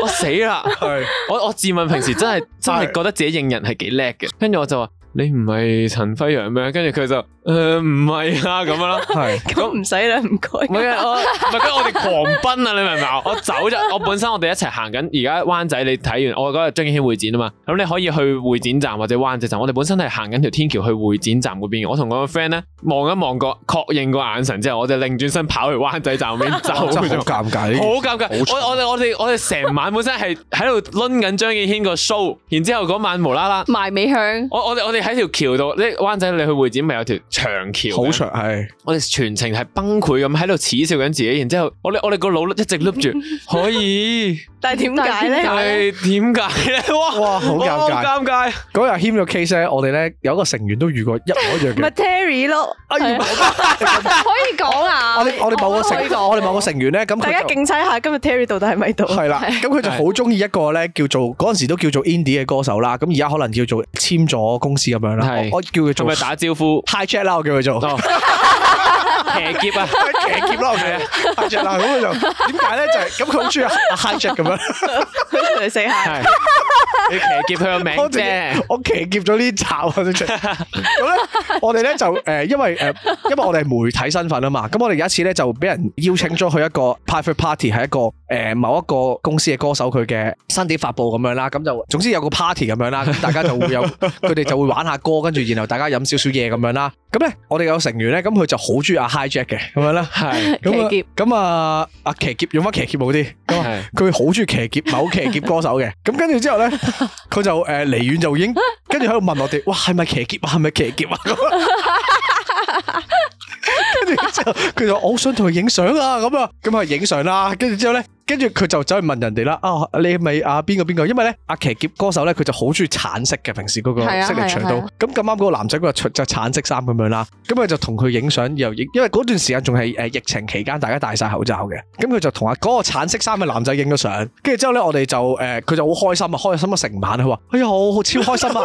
Speaker 4: 我死啦！
Speaker 1: 係
Speaker 4: 我我自問平時真係真係覺得自己認人係幾叻嘅，跟住我就話你唔係陳輝陽咩？跟住佢就誒唔係啊咁樣啦。
Speaker 1: 係
Speaker 2: 咁唔使啦，唔該。
Speaker 4: 唔係啊，我唔係跟住我哋狂奔啊！你明唔明啊？我走咗，我本身我哋一齊行緊，而家灣仔你睇完，我嗰日張敬軒會展啊嘛，咁你可以去會展站或者灣仔站。我哋本身係行緊條天橋去會展站嗰邊嘅，我同我個 friend 咧望一望個確認個眼神之後，我就擰轉身跑去灣仔站嗰邊走
Speaker 1: 真係
Speaker 4: 咗
Speaker 1: 好。尷尬呢件事
Speaker 4: 好尷尬！
Speaker 1: 好
Speaker 4: 我我哋我哋我哋成晚本身係喺度攆緊張敬軒個 show，然之後嗰晚無啦啦，
Speaker 3: 埋尾香。
Speaker 4: 我我哋我哋喺條橋度，呢灣仔你去會展咪有條長橋嘅，
Speaker 1: 好長係
Speaker 4: 我哋全程係崩潰咁喺度恥笑緊自己，然之後我哋我哋個腦一直碌 住，可以，
Speaker 2: 但係點解
Speaker 3: 但係點
Speaker 2: 咧
Speaker 3: 解？
Speaker 4: 但係點解咧？哇
Speaker 1: 啊哇好尷尬
Speaker 4: 哇好尷尬，
Speaker 1: 嗰日謙咗 case 咧，我哋咧有一個成員都遇過一模一樣
Speaker 2: 咪
Speaker 1: 嘅。
Speaker 2: Terry 咯，
Speaker 1: 哎呀
Speaker 3: 可以講啊，
Speaker 1: 我哋我哋某個成
Speaker 3: 可以講
Speaker 1: 我哋某個成員咧，咁
Speaker 2: 大
Speaker 1: 佢
Speaker 2: 家
Speaker 1: 就
Speaker 2: 競猜下今日 Terry 到底係咪喺度？
Speaker 1: 係啦，咁佢就好中意一個咧叫做嗰陣時都叫做 indie 嘅歌手啦，咁而家可能叫做簽咗公司咁樣啦，
Speaker 4: 係
Speaker 1: 我我叫佢
Speaker 4: 仲
Speaker 1: 做？
Speaker 4: 咪打招呼
Speaker 1: high jack 啦，我叫佢做
Speaker 4: 哦，
Speaker 1: 騎劫啦，我叫佢 high jack 啦，咁佢就點
Speaker 4: 騎劫啊！啊
Speaker 1: 解咧就係咁佢好中意 high jack 咁樣，
Speaker 2: 佢同你 say hi，
Speaker 4: 係你騎劫佢個名
Speaker 1: 我
Speaker 4: 啫。
Speaker 1: 我騎劫咗呢集啊！真係咁咧，我哋咧就誒，因為誒，呃因為我哋係媒體身份啊嘛，咁我哋有一次咧就俾人邀請咗去一個 private party，係一個誒某一個公司嘅歌手佢嘅新碟發布咁樣啦，咁就總之有個 party 咁樣啦，咁大家就會 有佢哋就會玩下歌，跟住然後大家飲少少嘢咁樣啦。咁咧，我哋有成員咧，咁佢就好中意阿 Hi Jack 嘅咁樣啦。
Speaker 4: 係
Speaker 1: 咁啊
Speaker 3: 騎劫
Speaker 1: 咁啊，阿騎劫用翻騎劫好啲。咁啊
Speaker 4: 係
Speaker 1: 佢好中意騎劫某騎劫歌手嘅，咁跟住之後咧，佢就誒離遠就已經跟住喺度問我哋，哇係咪騎劫啊？係咪騎劫啊？咁跟住之後佢就話我好想同佢影相啊，咁啊，咁啊影相啦，跟住之後咧，跟住佢就走去問人哋啦，啊你係咪啊邊個邊個？因為咧阿騎劫歌手咧佢就好中意橙色嘅，平時嗰個
Speaker 3: 係啊
Speaker 1: 色力場度
Speaker 3: 係啊，
Speaker 1: 咁咁啱嗰個男仔佢就着橙色衫咁樣啦，咁佢就同佢影相，又影，因為嗰段時間仲係誒疫情期間，大家戴晒口罩嘅，咁佢就同阿嗰個橙色衫嘅男仔影咗相，跟住之後咧，我哋就誒，呃佢、就好開心啊，開心啊成晚，佢話：哎呀，我好超開心啊！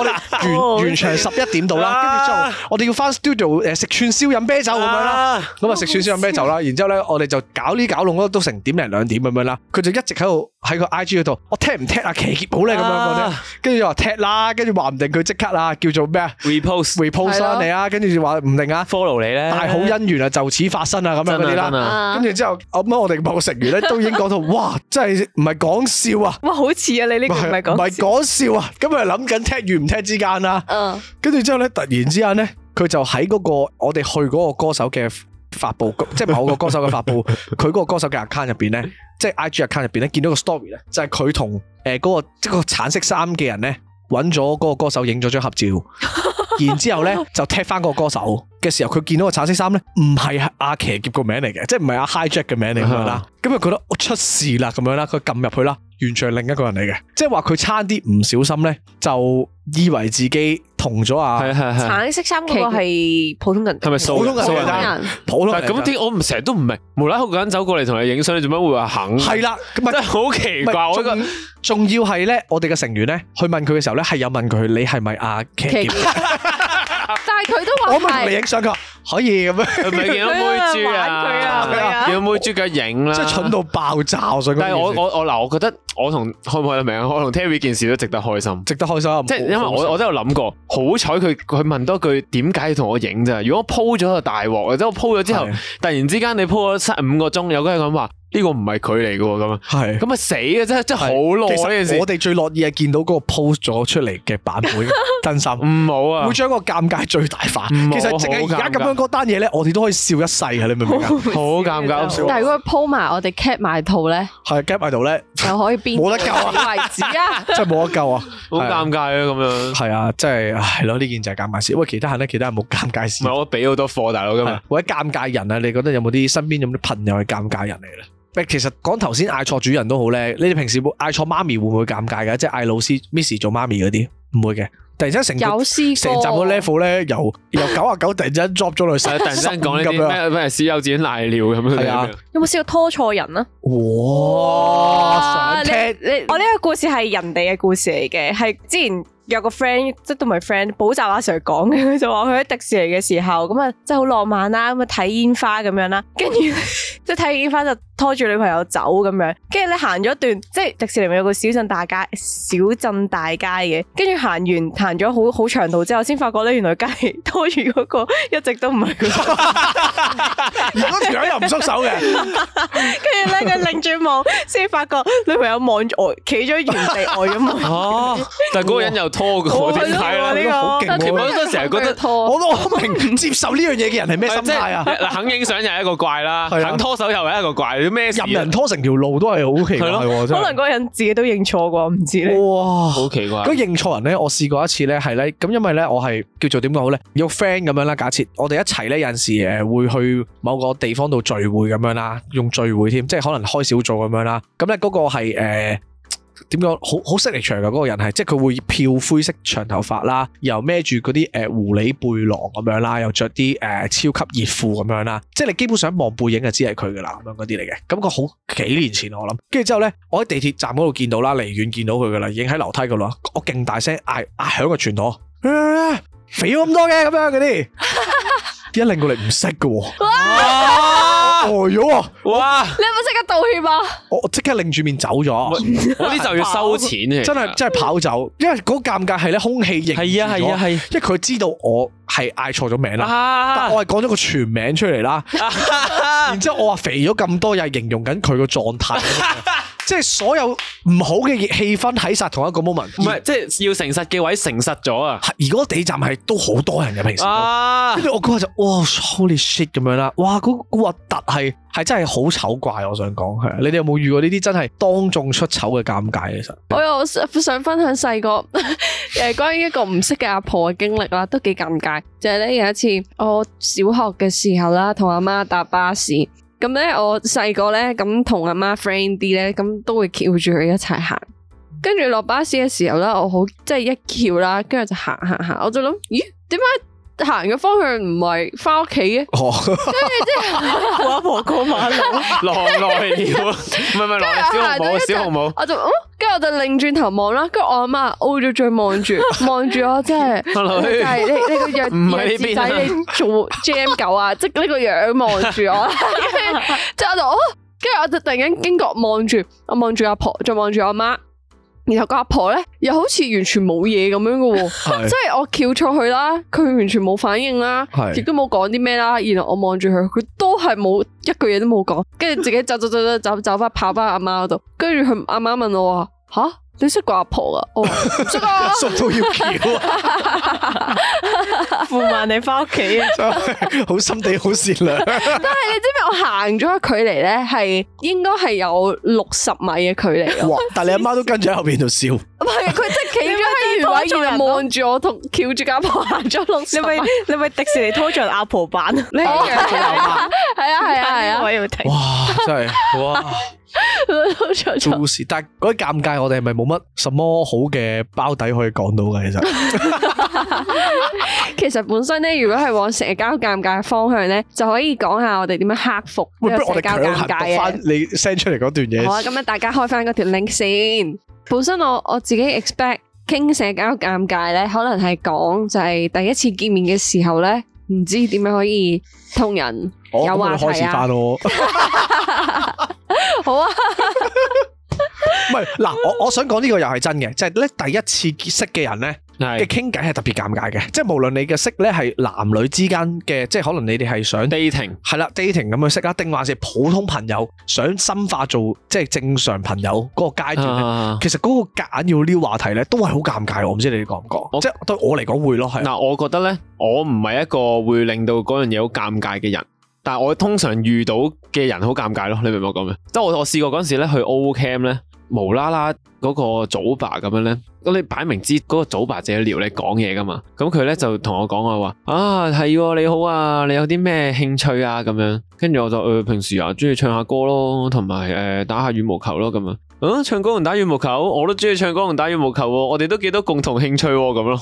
Speaker 1: 我 哋完完場十一點到啦，跟住之後我哋要翻 studio 呃誒食串燒飲啤酒咁樣啦。
Speaker 4: 啦，
Speaker 1: 咁啊食串燒飲啤酒啦，然之後咧我哋就搞呢搞弄嗰都成點零兩點咁樣啦，佢就一直喺度喺個 I G 嗰度，我踢唔踢啊騎劫好咧咁樣嗰啲
Speaker 4: 啊，
Speaker 1: 跟住就話踢啦，跟住話唔定佢即刻啊叫做咩啊
Speaker 4: repost
Speaker 1: repost
Speaker 3: 係
Speaker 1: 翻
Speaker 3: 咯
Speaker 1: 你啊，跟住就話唔定啊
Speaker 4: follow 你咧，
Speaker 1: 大好姻緣啊就此發生啊咁樣
Speaker 4: 真
Speaker 1: 嗰啲
Speaker 4: 啊真
Speaker 1: 啦，
Speaker 4: 啊，
Speaker 3: 啊
Speaker 1: 跟住之後咁我哋某個成員咧都已經講到哇真係唔係講笑啊！
Speaker 3: 哇，好似啊，你呢
Speaker 1: 唔
Speaker 3: 個唔
Speaker 1: 係
Speaker 3: 係
Speaker 1: 唔
Speaker 3: 講
Speaker 1: 係
Speaker 3: 笑，
Speaker 1: 講笑啊！咁啊諗緊踢與唔踢之間啦，
Speaker 3: 嗯，
Speaker 1: 跟住之後咧，突然之間咧，佢就喺嗰、個我哋去嗰個歌手嘅發布，即係某個歌手嘅發 布，佢嗰個歌手嘅 account 入邊咧，即係 IG account 入邊咧，見到個 story 咧，就係佢同誒嗰個即係個橙色衫嘅人咧，揾咗嗰個歌手影咗張合 照，然之後咧就踢翻個歌手嘅時候，佢見到個橙色衫咧，唔係阿騎劫個名嚟嘅，即係唔係阿 Hi Jack 嘅名嚟咁樣啦，咁佢覺得我哦出事啦咁樣啦，佢撳入去啦，完全係另一個人嚟嘅，即係話佢差啲唔小心咧，就以為自己同咗阿
Speaker 4: 係啊係係，
Speaker 2: 橙色衫嗰個係普通人，
Speaker 4: 係咪數
Speaker 1: 普通人
Speaker 4: 數
Speaker 1: 嚟㗎
Speaker 3: 人
Speaker 1: 普通
Speaker 4: 啊但係咁啲我唔成日都唔明，無啦啦個人走過嚟同你影相，你做乜會話肯？
Speaker 1: 係啦，咁
Speaker 4: 真係
Speaker 1: 咪
Speaker 4: 好奇怪，我覺得
Speaker 1: 仲仲要係咧，我哋嘅成員咧去問佢嘅時候咧，係有問佢你係咪阿騎
Speaker 3: 騎
Speaker 1: 劫
Speaker 3: 劫？但係佢都
Speaker 1: 我
Speaker 3: 話
Speaker 1: 咪同你
Speaker 3: 係，
Speaker 1: 影相，佢話可以咁樣，
Speaker 4: 係咪見到妹豬
Speaker 3: 佢
Speaker 4: 啊
Speaker 3: 啊玩佢啊係啊？
Speaker 4: 見到妹豬梗係影啦，
Speaker 1: 即係蠢到爆炸。我想講
Speaker 4: 啊但係我
Speaker 1: 呢件事
Speaker 4: 我我嗱，我覺得我同開唔開得明？我同 Terry 件事都值得開心。
Speaker 1: 值得開心，啊
Speaker 4: 即係因為
Speaker 1: 好
Speaker 4: 我我都有諗過，好彩佢佢問多句點解要同我影咋？如果我 po 咗就大鑊，或者我 po 咗之後，
Speaker 1: 係
Speaker 4: 突然之間你 po 咗三五個鐘，有個人咁話呢個唔係佢嚟嘅喎，咁啊，
Speaker 1: 係
Speaker 4: 咁啊死啊！真係真係好
Speaker 1: 其
Speaker 4: 耐
Speaker 1: 實
Speaker 4: 呢件事
Speaker 1: 我，哋最樂意係見到嗰個 post 咗出嚟嘅 版本，真心
Speaker 4: 唔好啊
Speaker 1: 會，將個尷尬最大化。
Speaker 4: 唔好
Speaker 1: 其實淨係而家咁樣嗰單嘢咧，我哋都可以笑一世嘅，你明唔明啊？
Speaker 4: 好尷尬，
Speaker 1: 笑
Speaker 3: 但係如果佢鋪埋我哋 cap 埋套咧，
Speaker 1: 係 gap 喺度咧，
Speaker 3: 就可以邊
Speaker 1: 冇得救啊
Speaker 3: 位 置啊？
Speaker 1: 真係冇得救啊！
Speaker 4: 好尷尬啊咁樣。
Speaker 1: 係啊，真係係咯，呢件就係尷尬事。喂，其他人咧，其他人冇尷尬
Speaker 4: 唔
Speaker 1: 事，
Speaker 4: 係我俾好多貨大佬今日
Speaker 1: 係，或者尷尬人啊？你覺得有冇啲身邊有冇啲朋友係尷尬人嚟咧？喂，其實講頭先嗌錯主人都好咧，你哋平時會嗌錯媽咪會唔會尷尬嘅？即係嗌老師 Miss 做媽咪嗰啲，唔會嘅。突然之間成個
Speaker 3: 有試
Speaker 1: 成
Speaker 3: 過
Speaker 1: 集個 level 咧，由由九啊九突然之間 drop 咗落去
Speaker 4: 突然
Speaker 1: 十
Speaker 4: 之間講呢
Speaker 1: 咁
Speaker 4: 啲
Speaker 1: 樣，
Speaker 4: 咩咩屎友自己瀨尿咁
Speaker 1: 係啊
Speaker 4: 樣，
Speaker 2: 有冇試過拖錯人啊？
Speaker 1: 哇！想聽
Speaker 3: 你你
Speaker 2: 我呢個故事係人哋嘅故事嚟嘅，係之前有個 friend 即係都唔係 friend，補習阿 Sir 講嘅，佢就話佢喺迪士尼嘅時候咁啊，真係好浪漫啦，咁啊睇煙花咁樣啦，跟住 即係睇完煙花就拖住女朋友走咁樣，跟住咧行咗一段，即係迪士尼咪有個小鎮大街、小鎮大街嘅，跟住行完行咗好好長途之後，先發覺咧原來隔離拖住嗰個一直都唔係佢。
Speaker 1: 而嗰條友又唔縮手嘅，
Speaker 2: 跟住咧，佢擰轉望，先發覺女朋友望住我，企咗原地呆咁望。
Speaker 4: 哦，但係嗰個人又拖過，點解
Speaker 2: 好
Speaker 4: 啦
Speaker 2: 啊？呢個
Speaker 1: 好
Speaker 4: 但係
Speaker 1: 勁
Speaker 4: 我
Speaker 1: 喎！
Speaker 4: 都成日覺得
Speaker 3: 拖
Speaker 1: 我都我明接受呢樣嘢嘅人係咩心態啊？
Speaker 4: 嗱，肯影相又係一個怪啦，
Speaker 1: 係啊
Speaker 4: 肯拖手又係一個怪，咩事啊
Speaker 1: 任人拖成條路都係好奇怪
Speaker 4: 係
Speaker 1: 喎，真
Speaker 2: 可能嗰
Speaker 1: 係。
Speaker 2: 個人自己都認錯啩，唔知咧。
Speaker 1: 哇！
Speaker 4: 好奇怪
Speaker 1: 嗰。認錯人咧，我試過一次咧，係咧咁，因為咧我係叫做點講好咧，有 friend 咁樣啦。假設我哋一齊咧，有陣時誒會去某個地方度聚會咁樣啦，用聚會添，即係可能開小組咁樣啦。咁咧嗰個係誒。呃點講好好識嚟長嘅嗰個人係，即係佢會漂灰色長頭髮啦，又孭住嗰啲誒狐狸背囊咁樣啦，又着啲誒超級熱褲咁樣啦，即係你基本上望背影就知係佢噶啦，咁樣嗰啲嚟嘅。咁個好幾年前我諗，跟住之後咧，我喺地鐵站嗰度見到啦，離遠見到佢噶啦，已經喺樓梯嗰度啦，我勁大聲嗌嗌響個傳筒，啊肥咗咁多嘅咁樣嗰啲，一令過嚟唔識嘅喎。
Speaker 4: 啊
Speaker 1: 呆咗喎，
Speaker 4: 哇！
Speaker 3: 你係咪即刻道歉啊？
Speaker 1: 我即刻擰住面走
Speaker 4: 我
Speaker 1: 咗，
Speaker 4: 我呢就要收錢嘅，
Speaker 1: 真係真係跑走，因為嗰尷尬係咧空氣凝住咗
Speaker 4: 啊係啊係啊係，
Speaker 1: 因為佢知道我係嗌錯咗名啦。但
Speaker 4: 啊！
Speaker 1: 我係講咗個全名出嚟啦，然之後我話肥咗咁多，又係形容緊佢個狀 態，即係所有唔好嘅氣氛喺晒同一個 moment。
Speaker 4: 唔係，即係要誠實嘅位誠實 咗啊！
Speaker 1: 而，而嗰個地站係都好多人嘅 平時都。
Speaker 4: 啊
Speaker 1: 跟！住我嗰下就哇 holy shit 咁樣啦，哇嗰嗰核突係係真係好醜怪，我想講係。你哋有冇遇過呢啲真係當眾出醜嘅尷尬？其實
Speaker 3: 我又想想分享細個 誒關於一個唔識嘅阿婆嘅經歷啦，都幾尷尬。就係咧有一次我小學嘅時候啦，同阿媽搭巴士，咁咧我細個咧咁同阿媽 friend 啲咧，咁都會翹住佢一齊行。跟住落巴士嘅時候咧，我好即係一翹啦，跟住就行行行，我就諗咦點解行嘅方向唔係翻屋企嘅？
Speaker 1: 哦，
Speaker 2: 我阿婆過馬路，
Speaker 4: 狼來了，唔係唔係狼來，小紅帽，小紅帽，
Speaker 3: 我就嗯跟住我就擰轉頭望啦，跟住我阿媽 O 咗嘴望住， 望住我真係。
Speaker 4: 阿
Speaker 3: 就
Speaker 4: 女，
Speaker 3: 係你你個弱
Speaker 4: 唔係呢
Speaker 3: 弱智
Speaker 4: 邊啊
Speaker 3: 仔，你做 jam 狗啊，即係呢個樣望住 我，即係我就哦，跟住我就突然間驚覺望住，我望住阿婆，再望住我媽，然後個阿婆咧又好似完全冇嘢咁樣嘅喎。
Speaker 1: 係
Speaker 3: 即係我翹錯佢啦，佢完全冇反應啦，
Speaker 1: 係
Speaker 3: 亦都冇講啲咩啦。然後我望住佢，佢都係冇一句嘢都冇講，跟住自己走走走走走走翻跑翻阿媽嗰度。跟住佢阿媽問我話：吓，你識個阿婆啊？我話唔識啊。
Speaker 1: 熟到要翹啊，
Speaker 2: 扶埋你翻屋企啊！
Speaker 1: 真係好心地好 善良。
Speaker 3: 但係你知唔知我行咗嘅距離咧，係應該係有六十米嘅距離啊咯。
Speaker 1: 哇！但你阿媽都跟住喺後邊度笑，
Speaker 3: 唔係，佢即係企咗
Speaker 2: 你咪真係拖
Speaker 3: 喺
Speaker 2: 住
Speaker 3: 原位，
Speaker 2: 人
Speaker 3: 然後
Speaker 2: 咯
Speaker 3: 望住我同翹住架婆行咗六
Speaker 2: 你
Speaker 3: 十米。
Speaker 2: 咪你咪迪士尼拖住人阿婆版，你係
Speaker 3: 哦係啊係啊係啊，
Speaker 2: 我要睇。
Speaker 1: 哇！真係哇，
Speaker 3: 拖咗咗
Speaker 1: 做事。但係嗰啲尷尬，我哋係咪冇乜什麼好嘅包底可以講到 嘅？其實
Speaker 3: 其實本身咧，如果係往社交尷尬嘅方向咧，就可以講下我哋點樣克服
Speaker 1: 喂，
Speaker 3: 呢
Speaker 1: 不如
Speaker 3: 個
Speaker 1: 我
Speaker 3: 社
Speaker 1: 哋
Speaker 3: 交
Speaker 1: 強
Speaker 3: 尷
Speaker 1: 行
Speaker 3: 尬啊
Speaker 1: 讀翻
Speaker 3: 嘅。
Speaker 1: 你 send 出嚟嗰段
Speaker 3: 好啊，
Speaker 1: 嘢。
Speaker 3: 咁啊，大家開翻嗰條 link 先。本身我我自己 expect 傾社交尷尬咧，可能係講就係第一次見面嘅時候咧，唔知點樣可以同人
Speaker 1: 我
Speaker 3: 有
Speaker 1: 咁我
Speaker 3: 話
Speaker 1: 哋開
Speaker 3: 題
Speaker 1: 始翻
Speaker 3: 啊。
Speaker 1: 咯。
Speaker 3: 好啊，
Speaker 1: 唔係嗱，我我想講呢個又係真嘅，就係咧第一次識嘅人咧嘅
Speaker 4: 係
Speaker 1: 傾偈係特別尷尬嘅，即係無論你嘅識咧係男女之間嘅，即係可能你哋係想
Speaker 4: dating，
Speaker 1: 係啦 dating 咁樣識啦，定還是普通朋友想深化做即係正常朋友嗰個階段呢
Speaker 4: 啊
Speaker 1: 其實嗰個夾硬要撩話題咧，都係好尷尬，我唔知你哋覺唔覺？
Speaker 4: 我
Speaker 1: 即係對我嚟講會咯，係
Speaker 4: 嗱，我覺得咧，我唔係一個會令到嗰樣嘢好尷尬嘅人，但係我通常遇到嘅人好尷尬咯。你明唔明我講咩？即係我我試過嗰陣時咧去 O Cam 咧，無啦啦嗰個組爸咁樣咧，咁你擺明知嗰個組爸就係撩你講嘢噶嘛，咁佢咧就同我講我話啊係喎你好啊，你有啲咩興趣啊咁樣，跟住我就誒、呃平時啊中意唱下歌咯，同埋誒呃打下羽毛球咯咁樣。嗯，唱歌同打羽毛球，我都中意唱歌同打羽毛球喎，我哋都幾多共同興趣喎咁咯。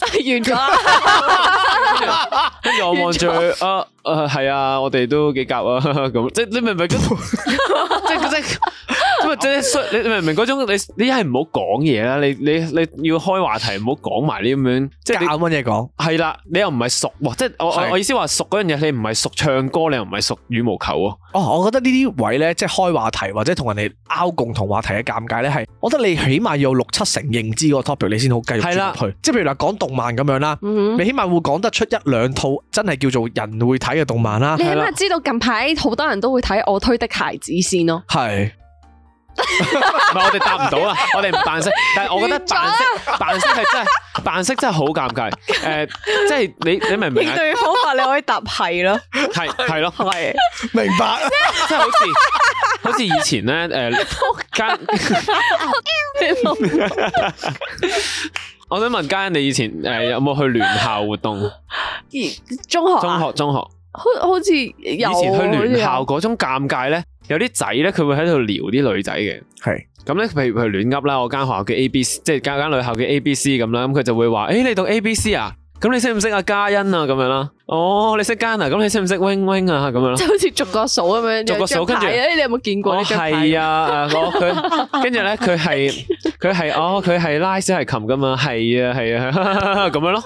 Speaker 3: 完咗啦。
Speaker 4: 跟住我望住佢，啊，誒係啊，我哋都幾夾啊， 咁即係你明唔明？即係 即係咁啊！即係衰你你明唔明嗰種？你你係唔好講嘢啦，你你你要開話題，唔好講埋呢咁樣，即係
Speaker 1: 夾
Speaker 4: 你
Speaker 1: 硬揾嘢講，
Speaker 4: 係啦，你又唔係熟喎，即係我我
Speaker 1: 係
Speaker 4: 我意思話熟嗰樣嘢，你唔係熟唱歌，你又唔係熟羽毛球喎，
Speaker 1: 哦，我覺得呢啲位咧，即係開話題或者同人哋拗共同話題嘅尷尬咧，係我覺得你起碼要有六七成認知嗰個 topic，你先好繼續
Speaker 4: 係啦
Speaker 1: 轉入去。即係譬如話講動漫咁樣啦，
Speaker 3: 嗯
Speaker 1: 你起碼會講得出一兩套真係叫做人會睇嘅動漫啦
Speaker 3: 你。起
Speaker 4: 係啦
Speaker 3: 碼知道近排好多人都會睇我推的孩子先咯。
Speaker 1: 係
Speaker 4: 唔係我哋答唔到啊，我哋唔扮識，但係我覺得扮識扮識係真係扮識真係好尷尬，誒，即係你你明唔明
Speaker 2: 應
Speaker 4: 啊？
Speaker 2: 對方法你可以答係咯，
Speaker 4: 係係咯。
Speaker 2: 係
Speaker 1: 明白。
Speaker 4: 即係好似好似以前咧，诶、間， 我想問嘉欣，你以前诶、誒有冇去聯校活動？
Speaker 3: 而 中學
Speaker 4: 中
Speaker 3: 啊，
Speaker 4: 學中學
Speaker 3: 好好似
Speaker 4: 以
Speaker 3: 有啊。
Speaker 4: 前去聯校
Speaker 3: 好似有
Speaker 4: 嗰種尷尬咧，有啲仔咧佢會喺度撩啲女仔嘅。
Speaker 1: 係
Speaker 4: 咁咧，譬如佢亂噏啦，我間學校叫 A B C，即係間間女校叫 A B C 咁啦，咁佢就會話：，誒、你讀 A B C 啊？咁你識唔識啊嘉欣啊？咁樣啦。哦，你識嘉欣啊？咁你識唔識 wing wing 啊？咁樣啦
Speaker 3: 即。係好似 逐個數咁樣，
Speaker 4: 逐個數
Speaker 3: 有張牌
Speaker 4: 跟住
Speaker 3: 啊你有冇見過
Speaker 4: 哦，
Speaker 3: 呢張牌？
Speaker 4: 係啊，我佢跟住咧，佢係佢係哦，佢係拉小提琴噶嘛，係啊係啊 咁樣咯。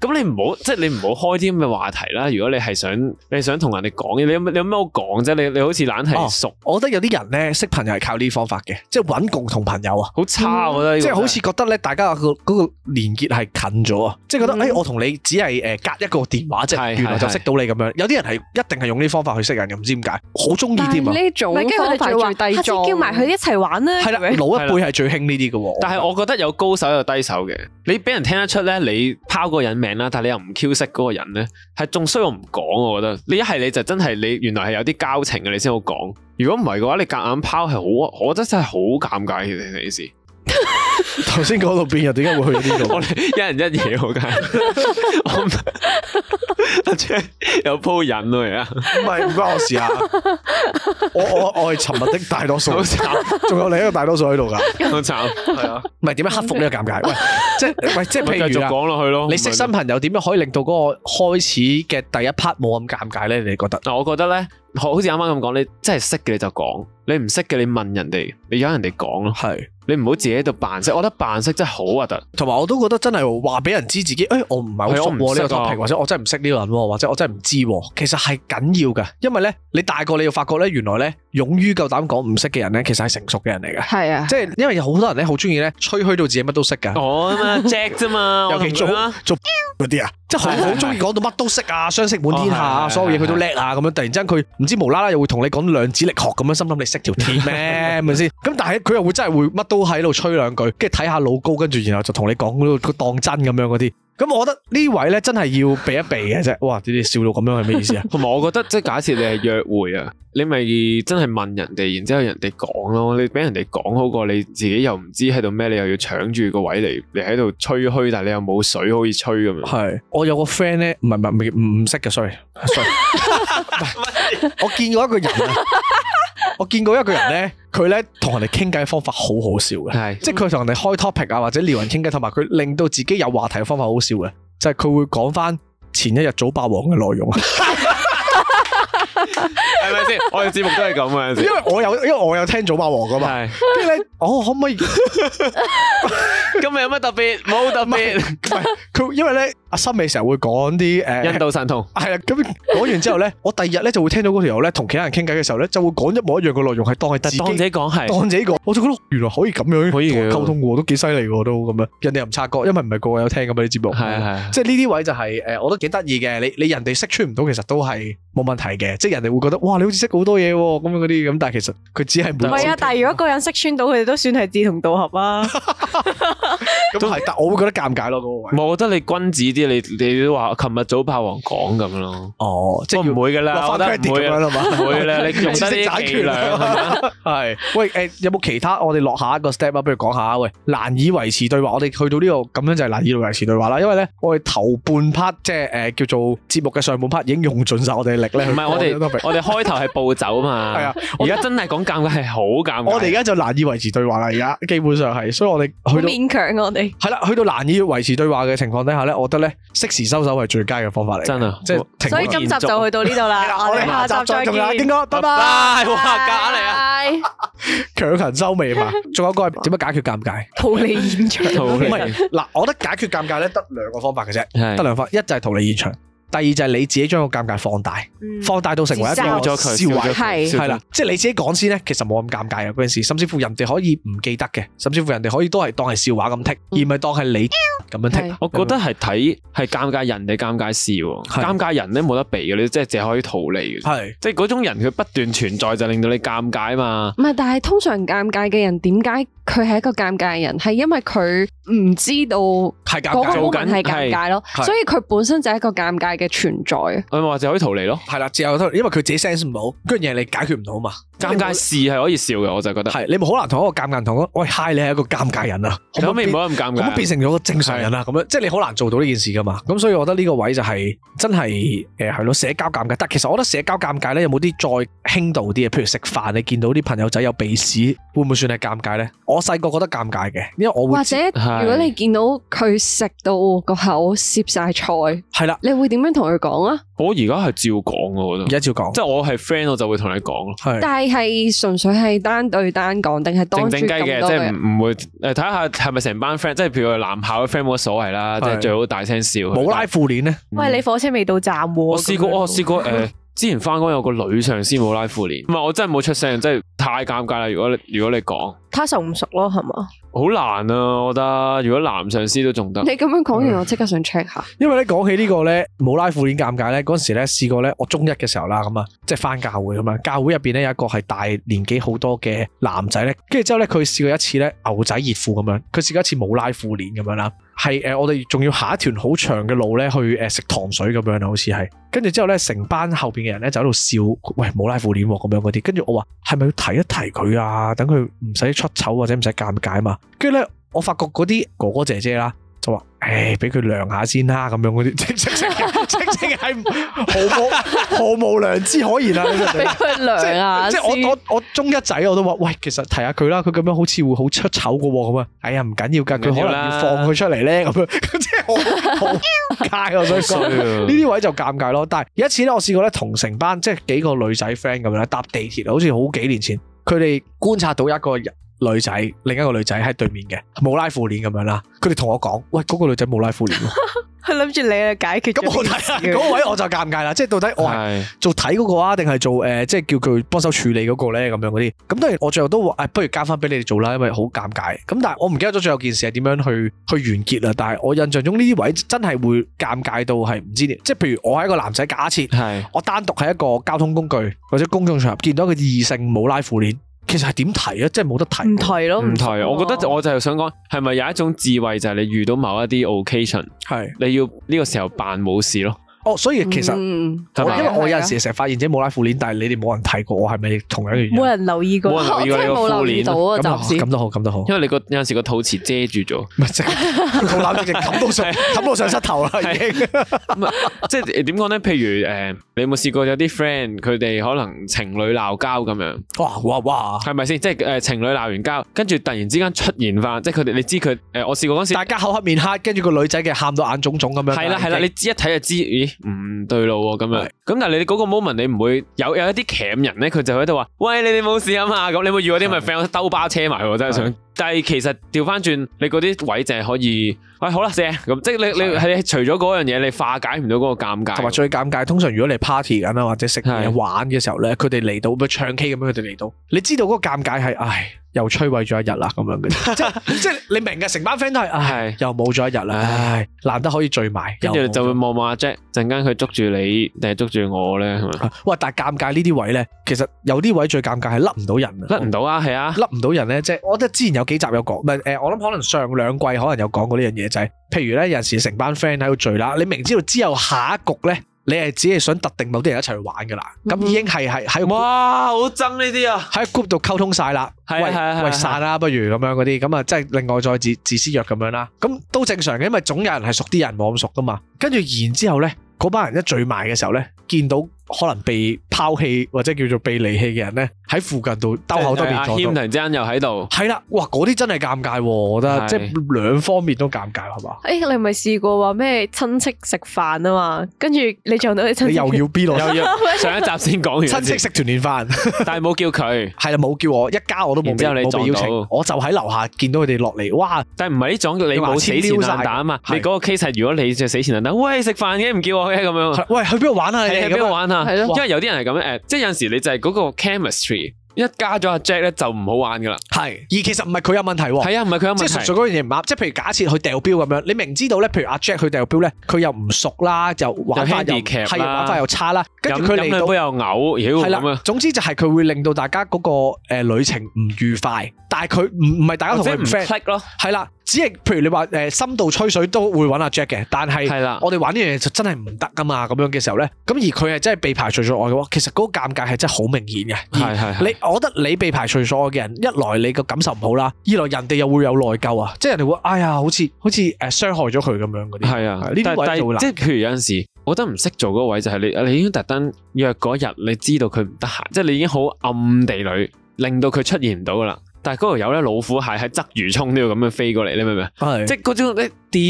Speaker 4: 咁你唔好即係你唔好開啲咁嘅話題啦。如果你係想你係想同人哋講嘢，你有咩你有咩好講啫？你你好似懶
Speaker 1: 哦
Speaker 4: 係熟，
Speaker 1: 我覺得有啲人咧識朋友係靠呢啲方法嘅，即係揾共同朋友啊。
Speaker 4: 好差我覺得呢個
Speaker 1: 即係好
Speaker 4: 真
Speaker 1: 似覺得咧，大家個嗰個連結係近咗啊！即係覺得，
Speaker 2: 嗯
Speaker 1: 誒，我同你只係誒隔一個電話
Speaker 4: 係
Speaker 1: 啫，原來就
Speaker 4: 係
Speaker 1: 識到你咁樣。有啲人係一定係用呢啲方法去識人嘅，唔知點解，好中意
Speaker 3: 但
Speaker 1: 添啊！
Speaker 3: 係呢種
Speaker 2: 係，跟住佢
Speaker 3: 方
Speaker 2: 哋
Speaker 3: 法最
Speaker 2: 仲要話，
Speaker 3: 低
Speaker 2: 下次
Speaker 3: 裝，
Speaker 2: 叫埋佢一齊玩啦。
Speaker 1: 係啦，
Speaker 2: 咁
Speaker 1: 老
Speaker 2: 樣
Speaker 1: 一輩係最興呢啲嘅喎。
Speaker 4: 但係我覺得有高手有低手嘅，你俾人聽得出咧，你拋嗰個人名啦，但係你又唔 Q 識嗰個人咧，係仲衰我唔講，我覺得你一係你就真係你原來係有啲交情嘅，你先好講。如果唔係嘅話，你夾硬拋係好，我覺得真係好尷尬嘅成件事。
Speaker 1: 頭先講到邊啊？點解會去呢度
Speaker 4: 我？哋一人一嘢好梗係，我唔 阿 Jack 有鋪癮咯而家，
Speaker 1: 唔係唔關我事 啊！我我我係沉默的大多數
Speaker 4: 好，慘
Speaker 1: 仲有另一個大多數喺度㗎。
Speaker 4: 好慘，係啊，
Speaker 1: 唔係點樣克服呢個尷尬？喂，即係喂， 即係
Speaker 4: 咪
Speaker 1: 譬
Speaker 4: 繼
Speaker 1: 如
Speaker 4: 續
Speaker 1: 啊
Speaker 4: 講落去咯。
Speaker 1: 你識新朋友點樣可以令到嗰個開始嘅第一 part 冇咁尷尬咧？你覺得？
Speaker 4: 嗱，我覺得咧，好似啱啱咁講，你真係識嘅你就講，你唔識嘅你問人哋，你有人哋講咯。
Speaker 1: 係。
Speaker 4: 你唔好自己喺度扮識，我覺得扮識真係好核突。
Speaker 1: 同埋我都覺得真係話俾人知自己，誒、我唔係好熟
Speaker 4: 係我唔
Speaker 1: 喎
Speaker 4: 識
Speaker 1: 呢
Speaker 4: 啊
Speaker 1: 個 topic，或者我真係唔識呢個人喎，或者我真係唔知喎。其實係緊要噶，因為咧你大個你要發覺咧，原來咧勇於夠膽講唔識嘅人咧，其實係成熟嘅人嚟嘅。
Speaker 3: 係啊，
Speaker 1: 即係因為有好多人咧好中意咧吹噓到自己乜都識㗎，
Speaker 4: 我啊 嘛 Jack 啫嘛，
Speaker 1: 尤其做做嗰啲啊，即係好
Speaker 4: 係係
Speaker 1: 好中意講到乜都識啊，相識滿天下啊，
Speaker 4: 哦係係
Speaker 1: 所有嘢佢
Speaker 4: 係？
Speaker 1: 都叻啊咁樣。突然之間佢唔知無啦啦又會同你講量子力學咁樣，心諗你識條鐵 咩？係咪先？咁但係佢又會真係會乜都喺度吹兩句，跟住睇下老高，跟住然後就同你講嗰個當真咁樣嗰啲。咁我覺得呢位咧真係要避一避嘅啫。哇！呢啲笑到咁樣係咩意思啊
Speaker 4: 同埋我覺得即係假設你係約會啊，你咪真係問人哋，然之後人哋講咯，你俾人哋講好過你自己又唔知喺度咩，你又要搶住個位嚟，你喺度吹噓，但係你又冇水可以吹咁樣。
Speaker 1: 係我有個 friend 咧，唔係唔係唔唔識嘅，sorry sorry，唔係 我見過一個人 啊，我見過一個人咧，佢咧同人哋傾偈嘅方法好好笑嘅。
Speaker 4: 係
Speaker 1: 即係佢同人哋開 topic 啊，或者撩人傾偈，同埋佢令到自己有話題嘅方法好好笑嘅，就係、佢會講翻前一日早霸王嘅內 容啊。
Speaker 4: 係咪先？我哋節目都係咁啊嘅有陣
Speaker 1: 因
Speaker 4: 時。
Speaker 1: 為我有，因為我有聽早霸王噶嘛。
Speaker 4: 係，
Speaker 1: 跟住咧，我可唔可以？唔
Speaker 4: 今日有乜特別？冇特別。
Speaker 1: 係佢，因為咧，阿森美成日會講啲 誒，
Speaker 4: 印度神童，
Speaker 1: 係啦。咁講完之後咧，我第二日咧就會聽到嗰條友咧同其他人傾偈嘅時候咧，就會講一模一樣嘅內容，係當係自己
Speaker 4: 當自己講係，
Speaker 1: 當自己講，我就覺得原來可以咁樣
Speaker 4: 可以嘅
Speaker 1: 溝通嘅喎，都幾犀利喎，都咁樣。人哋又唔察覺，因為唔係個個有聽噶嘛啲節目。
Speaker 4: 係係。
Speaker 1: 即係呢啲位就係、誒、我覺得幾得意嘅。你你人哋識穿唔到，其實都係冇問題嘅。即係人哋會覺得哇，你好似識好多嘢喎咁樣嗰啲咁，但係其實佢只係
Speaker 2: 唔
Speaker 1: 冇。
Speaker 2: 係啊，但係如果一個人識穿到，佢哋都算係志同道合啊。
Speaker 1: 咁係，但我會覺得尷尬咯嗰個位。
Speaker 4: 我覺得你君子啲，你你都話琴日早霸王講咁咯。
Speaker 1: 哦，即
Speaker 4: 即
Speaker 1: 係
Speaker 4: 係唔
Speaker 1: 要
Speaker 4: 會噶啦，
Speaker 1: 落
Speaker 4: 我覺
Speaker 1: 翻
Speaker 4: 得
Speaker 1: credit
Speaker 4: 唔會啊
Speaker 1: 咁樣
Speaker 4: 啦，
Speaker 1: 啦嘛。
Speaker 4: 唔會啦，你用
Speaker 1: 知識
Speaker 4: 得啲
Speaker 1: 產
Speaker 4: 伎
Speaker 1: 權
Speaker 4: 倆，啊
Speaker 1: 啦，係喂誒、有冇其他我哋落下一個 step 啊？不如講下啊喂，難以維持對話，我哋去到呢度咁樣就係難以維持對話啦。因為咧，我哋頭半 part 即係誒、叫做節目嘅上半 part 已經用盡晒我哋嘅力咧，
Speaker 4: 唔
Speaker 1: 去
Speaker 4: 係我
Speaker 1: 講呢個 topic
Speaker 4: 哋我哋開頭係暴走嘛，
Speaker 1: 係啊，
Speaker 4: 而家真係講尷尬係好尷尬，
Speaker 1: 我哋而家就難以維持對話啦，而家基本上係，所以我哋
Speaker 2: 好
Speaker 1: 去到
Speaker 4: 嗯
Speaker 2: 勉強我哋。
Speaker 1: 係啦，去到難以維持對話嘅情況底下咧，我覺得咧適時收手係最佳嘅方法嚟嘅，
Speaker 4: 真啊
Speaker 1: 即係停
Speaker 2: 所以
Speaker 1: 一
Speaker 2: 今
Speaker 1: 陣
Speaker 2: 集就去到呢度
Speaker 1: 係啦
Speaker 2: 啦，
Speaker 1: 我
Speaker 2: 我
Speaker 1: 哋
Speaker 2: 哋
Speaker 1: 下
Speaker 2: 下
Speaker 1: 集
Speaker 2: 集
Speaker 1: 再
Speaker 2: 再
Speaker 1: 咁啦，
Speaker 2: 見
Speaker 1: 應。該拜
Speaker 4: 拜
Speaker 1: 拜，
Speaker 4: 拜，哇假嚟啊！
Speaker 3: 拜。
Speaker 1: 強行收尾 嘛，仲有一個係點樣解決尷尬？
Speaker 2: 逃離現 場，
Speaker 4: 逃
Speaker 1: 唔
Speaker 4: 離
Speaker 1: 係嗱，我覺得解決尷尬咧得兩個方法嘅啫，
Speaker 4: 係
Speaker 1: 得兩方，一就係逃離現場，第二就係你自己將個尷尬放大，放大到成為一個
Speaker 2: 自嘲
Speaker 4: 咗佢，
Speaker 1: 笑話。
Speaker 2: 係
Speaker 1: 係啦，，即係你自己講先咧，其實冇咁尷尬嘅嗰件事，甚至乎人哋可以唔記得嘅，甚至乎人哋可以都係當係笑話咁剔，而唔係當係你咁樣剔
Speaker 3: 係。
Speaker 4: 我覺得係睇係尷尬人定尷尬事喎，
Speaker 1: 係
Speaker 4: 尷尬人咧冇得避嘅，你即係淨係可以逃離嘅，
Speaker 1: 係
Speaker 4: 即係嗰種人佢不斷存在就令到你尷尬嘛，
Speaker 3: 唔係，但係通常尷尬嘅人，點解佢係一個尷尬嘅人？係因為佢唔知道
Speaker 1: 係尷
Speaker 3: 嗰個
Speaker 1: 尬
Speaker 4: 做緊
Speaker 3: moment 係尷尬咯
Speaker 1: 係，
Speaker 3: 所以佢本身就係一個尷尬嘅存在。
Speaker 4: 咁或者可以逃離咯。
Speaker 1: 係啦，自由因為佢自己 sense 唔到，跟住嘢你解決唔到嘛。
Speaker 4: 尷尬事係可以笑嘅，我就覺得。
Speaker 1: 係你咪好難同一個尷尬人同講，喂嗨，你係一個尷尬人啊，
Speaker 4: 可唔可以
Speaker 1: 變
Speaker 4: 唔好咁尷
Speaker 1: 可唔可以變
Speaker 4: 尬？
Speaker 1: 成咗個正常人啊？咁樣即係你好難做到呢件事噶嘛。咁所以我覺得呢個位就係、真係誒係咯，社交尷尬。但其實我覺得社交尷尬咧，有冇啲再輕度啲嘅？譬如食飯，你見到啲朋友仔有鼻屎，會唔會算係尷尬咧？我細個覺得尷尬嘅，因為我會
Speaker 3: 或
Speaker 1: 知
Speaker 3: 者如果你見到佢食到個口攝晒菜，
Speaker 1: 係啦。
Speaker 3: 你會點樣樣同佢講啊？
Speaker 4: 我而家係照講嘅，我覺
Speaker 1: 而
Speaker 4: 得，
Speaker 1: 家照講，
Speaker 4: 即係我係 friend 我就會同你講咯，
Speaker 1: 係
Speaker 3: 但係係純粹係單對單講，定係當
Speaker 4: 靜
Speaker 3: 住
Speaker 4: 靜雞
Speaker 3: 咁
Speaker 4: 嘅，
Speaker 3: 多
Speaker 4: 即
Speaker 3: 個
Speaker 4: 係
Speaker 3: 人？
Speaker 4: 唔唔會诶睇下係咪成班 friend，即係譬如男校嘅 friend 冇乜所謂啦，即
Speaker 1: 係
Speaker 4: 係最好大聲笑佢。
Speaker 1: 冇拉褲鏈咧，
Speaker 2: 喂，你火車未到站喎。
Speaker 4: 我試過，
Speaker 2: 咁樣
Speaker 4: 我試過誒、之前翻工有個女上司冇拉褲鏈，唔係我真係冇出聲，真係太尷尬啦！如果你如果你講，
Speaker 2: 他熟唔熟咯，係嘛？
Speaker 4: 好難啊！我覺得如果男上司都仲得
Speaker 3: 你，咁樣講完，我即刻想 check 下。
Speaker 1: 因為咧講起呢個咧冇拉褲鏈尷尬咧，嗰陣時咧試過咧，我中一嘅時候啦，咁啊，即係翻教會咁啊，教會入邊咧有一個係大年紀好多嘅男仔咧，跟住之後咧佢試過一次咧牛仔熱褲咁樣，佢試過一次冇拉褲鏈咁樣啦，係誒、呃我哋仲要下一段好長嘅路咧去誒、呃食糖水咁樣啦，好似係，跟住之後咧成班後邊嘅人咧就喺度笑，喂冇拉褲鏈喎咁樣嗰啲，跟住我話係咪要提一提佢啊，等佢唔使出醜或者唔使尷尬嘛，跟住咧我發覺嗰啲哥哥姐姐啦。就話：，唉，俾佢量下先啦，咁樣嗰啲，即即即即即係毫無毫無良知可言啊！你明唔
Speaker 3: 俾
Speaker 1: 明
Speaker 3: 佢量啊！
Speaker 1: 即即我
Speaker 3: 先
Speaker 1: 我我中一仔我都話：，喂，其實提下佢啦，佢咁樣好似會好出醜嘅喎，咁啊，哎呀，唔緊要㗎，佢可
Speaker 4: 唔緊
Speaker 1: 能
Speaker 4: 要啦
Speaker 1: 要放佢出嚟咧， 咁樣，即係好好尷尬，我想
Speaker 4: 衰
Speaker 1: 講。
Speaker 4: 啊
Speaker 1: 呢！啲位就尷尬咯。但係有一次咧，我試過咧同成班即係幾個女仔 friend 咁樣咧搭地鐵，好似好幾年前，佢哋觀察到一個人女仔，另一個女仔喺對面嘅，冇拉褲鏈咁樣啦。佢哋同我講：，喂，嗰、個女仔冇拉褲鏈喎。
Speaker 2: 佢諗住你嚟解決咗
Speaker 1: 咁我
Speaker 2: 呢
Speaker 1: 睇
Speaker 2: 件
Speaker 1: 下
Speaker 2: 事嘅。
Speaker 1: 嗰位我就尷尬啦，即係到底我係
Speaker 4: 係
Speaker 1: 做睇嗰個啊，定係做誒、呃即係叫佢幫手處理嗰個咧咁樣嗰啲。咁當然我最後都話：，誒、哎不如交翻俾你哋做啦，因為好尷尬。咁但係我唔記得咗最後件事係點樣去去完結啦。但係我印象中呢啲位真係會尷尬到係唔知點，即係譬如我係一個男仔，假設。
Speaker 4: 係
Speaker 1: 我單獨喺一個交通工具或者公眾場合見到一個異性冇拉褲鏈，其實係點提啊？即係冇得提。
Speaker 2: 唔提咯，
Speaker 4: 唔
Speaker 2: 提
Speaker 4: 係，
Speaker 2: 咯。
Speaker 4: 我覺得就我就係想講，係咪有一種智慧就係你遇到某一啲 occasion，
Speaker 1: 係
Speaker 4: 你要呢個時候扮冇事咯，
Speaker 1: 哦，所以其實
Speaker 3: 嗯
Speaker 4: 係
Speaker 1: 我因為
Speaker 4: 咪？
Speaker 1: 我有陣時成日發現自己冇拉褲鏈，但係你哋冇人提過我係咪同樣嘅原因
Speaker 2: 冇？人留意過。
Speaker 4: 冇人
Speaker 3: 我真
Speaker 4: 留意過
Speaker 3: 係
Speaker 4: 你個
Speaker 3: 冇留
Speaker 4: 敷
Speaker 3: 意
Speaker 4: 衍
Speaker 3: 到啊！
Speaker 1: 咁啊
Speaker 3: 暫時
Speaker 1: 咁都好，咁都好，
Speaker 4: 因為你個有陣時個肚臍遮住咗。
Speaker 1: 唔 係即係好攬住隻冚到上，冚到上膝頭啦已經。
Speaker 4: 唔係， 即係點講咧？譬如誒、呃你有冇試過有啲 friend 佢哋可能情侶鬧交咁樣，
Speaker 1: 哇哇哇！
Speaker 4: 係咪先？即係誒、呃情侶鬧完交，跟住突然之間出現翻，即係佢哋你知佢誒、呃我試過嗰時
Speaker 1: 大家口黑面黑，跟住個女仔嘅喊到眼腫腫咁樣。
Speaker 4: 係啦係啦，你知一睇就知，咦唔對路喎咁樣。
Speaker 1: 係
Speaker 4: 咁但係你嗰個 moment 你唔會有有一啲鉗人咧，佢就喺度話：喂，你哋冇事啊嘛？咁你有冇遇過啲咪
Speaker 1: 係
Speaker 4: friend 兜巴車埋佢？我真係想。但係其實調翻轉，你嗰啲位就係可以，喂好啦，射咁，即係你你係除咗嗰樣嘢，你化解唔到嗰個尷尬。
Speaker 1: 同埋最尷尬，通常如果你 party 緊啊，或者食嘢
Speaker 4: 係
Speaker 1: 玩嘅時候咧，佢哋嚟到，咪唱 K 咁樣，佢哋嚟到，你知道嗰個尷尬係，唉，又摧毀咗一日啦，咁樣 嘅，即係即係你明嘅，成班 friend 都係，唉
Speaker 4: 係，
Speaker 1: 又冇咗一日啦，唉，難得可以聚埋，
Speaker 4: 跟住
Speaker 1: 又
Speaker 4: 你
Speaker 1: 冇
Speaker 4: 就會
Speaker 1: 咗
Speaker 4: 望望阿 Jack，陣間佢捉住你定係捉住我咧，係咪？
Speaker 1: 哇！但係尷尬呢啲位咧，其實有啲位最尷尬係甩唔到人啊，
Speaker 4: 甩唔到啊，係啊，
Speaker 1: 甩唔到人咧，即係我覺得之前有幾集有講，唔係誒，我諗可能上兩季可能有講過呢樣嘢，就係、譬如咧有陣時成班 friend 喺度聚啦，你明知道之後下一局咧，你係只係想特定某啲人一齊去玩噶啦，咁、已經係係喺個 group-
Speaker 4: 哇，好憎呢啲啊！
Speaker 1: 喺 group 度溝通晒啦，
Speaker 4: 係啊係啊係
Speaker 1: 喂
Speaker 4: 啊
Speaker 1: 喂散啦，不如咁樣嗰啲，咁啊即係另外再自自私約咁樣啦，咁都正常嘅，因為總有人係熟啲人冇咁熟噶嘛，跟住然之後咧，嗰班人一聚埋嘅時候咧，見到可能被拋棄或者叫做被離棄嘅人咧，喺附近度兜口兜面
Speaker 4: 阿
Speaker 1: 撞
Speaker 4: 謙
Speaker 1: 到
Speaker 4: 突。然之間又喺度，
Speaker 1: 系啦，哇！嗰啲真係尷尬喎，我覺得
Speaker 4: 係
Speaker 1: 即係兩方面都尷尬，係嘛？
Speaker 2: 诶，你咪試過話咩親戚食飯啊嘛，跟住你撞到你親
Speaker 1: 你
Speaker 2: 戚，
Speaker 1: 又要 B 落
Speaker 4: 又要上一集先講完
Speaker 1: 親戚
Speaker 4: 先，
Speaker 1: 食團年飯，
Speaker 4: 但係冇叫佢，
Speaker 1: 係啦，冇叫我，一家我都冇
Speaker 4: 然之後
Speaker 1: 俾
Speaker 4: 你
Speaker 1: 冇
Speaker 4: 撞
Speaker 1: 被邀請
Speaker 4: 到，
Speaker 1: 我就喺樓下見到佢哋落嚟， 哇！
Speaker 4: 但係唔係呢種你冇死纏爛打啊嘛？
Speaker 1: 係
Speaker 4: 你嗰個 case 係如果你就死纏爛打，喂食飯嘅唔叫我嘅咁樣，
Speaker 1: 喂，去邊度玩啊？你
Speaker 4: 係
Speaker 1: 哋
Speaker 4: 喺邊
Speaker 1: 咁
Speaker 4: 度
Speaker 1: 樣
Speaker 4: 玩啊？
Speaker 3: 係咯
Speaker 4: 因為有啲人係咁誒，即係有陣時你就係嗰個 chemistry 一加咗阿 Jack 咧就唔好玩噶啦。
Speaker 1: 係，而其實唔係佢有問題喎。
Speaker 4: 係啊，唔係佢有
Speaker 1: 即
Speaker 4: 問
Speaker 1: 係純
Speaker 4: 題
Speaker 1: 粹。嗰樣嘢唔啱，即係譬如假設佢掉標咁樣，你明知道咧，譬如阿 Jack 佢掉標咧，佢又唔熟啦，就玩法又
Speaker 4: handicap
Speaker 1: 係
Speaker 4: 啦
Speaker 1: 玩法又差啦，跟
Speaker 4: 飲
Speaker 1: 住佢
Speaker 4: 飲
Speaker 1: 嚟
Speaker 4: 兩
Speaker 1: 到
Speaker 4: 杯又嘔，妖
Speaker 1: 係
Speaker 4: 咁
Speaker 1: 啦
Speaker 4: 啊，！
Speaker 1: 總之就係佢會令到大家嗰個呃旅程唔愉快，但係佢唔唔係大家
Speaker 4: 或
Speaker 1: 同
Speaker 4: 者
Speaker 1: 佢
Speaker 4: 唔
Speaker 1: 唔 friend。
Speaker 4: click 咯，
Speaker 1: 係啦，只係譬如你話誒、呃深度吹水都會揾阿 Jack 嘅，但係
Speaker 4: 係啦。
Speaker 1: 我哋玩呢樣嘢就真係唔得噶嘛，咁樣嘅時候咧，咁而佢係真係被排除在外嘅話，其實嗰個尷尬係真係好明顯嘅。而
Speaker 4: 係係係
Speaker 1: 你我覺得你被排除在外嘅人，一來你個感受唔好啦，二來人哋又會有內疚啊，即係人哋會哎呀，好似好似誒傷害咗佢咁樣嗰啲。
Speaker 4: 係啊，
Speaker 1: 呢啲
Speaker 4: 但
Speaker 1: 位
Speaker 4: 但
Speaker 1: 就會難
Speaker 4: 即係譬如有陣時，我覺得唔識做嗰個位就係你，你已經特登約嗰日，你知道佢唔得閒，即係你已經好暗地裏令到佢出現唔到噶啦。但係嗰條友咧老虎蟹喺鲗魚涌都要咁樣飛過嚟，你明唔明？
Speaker 1: 係
Speaker 4: 即係嗰種你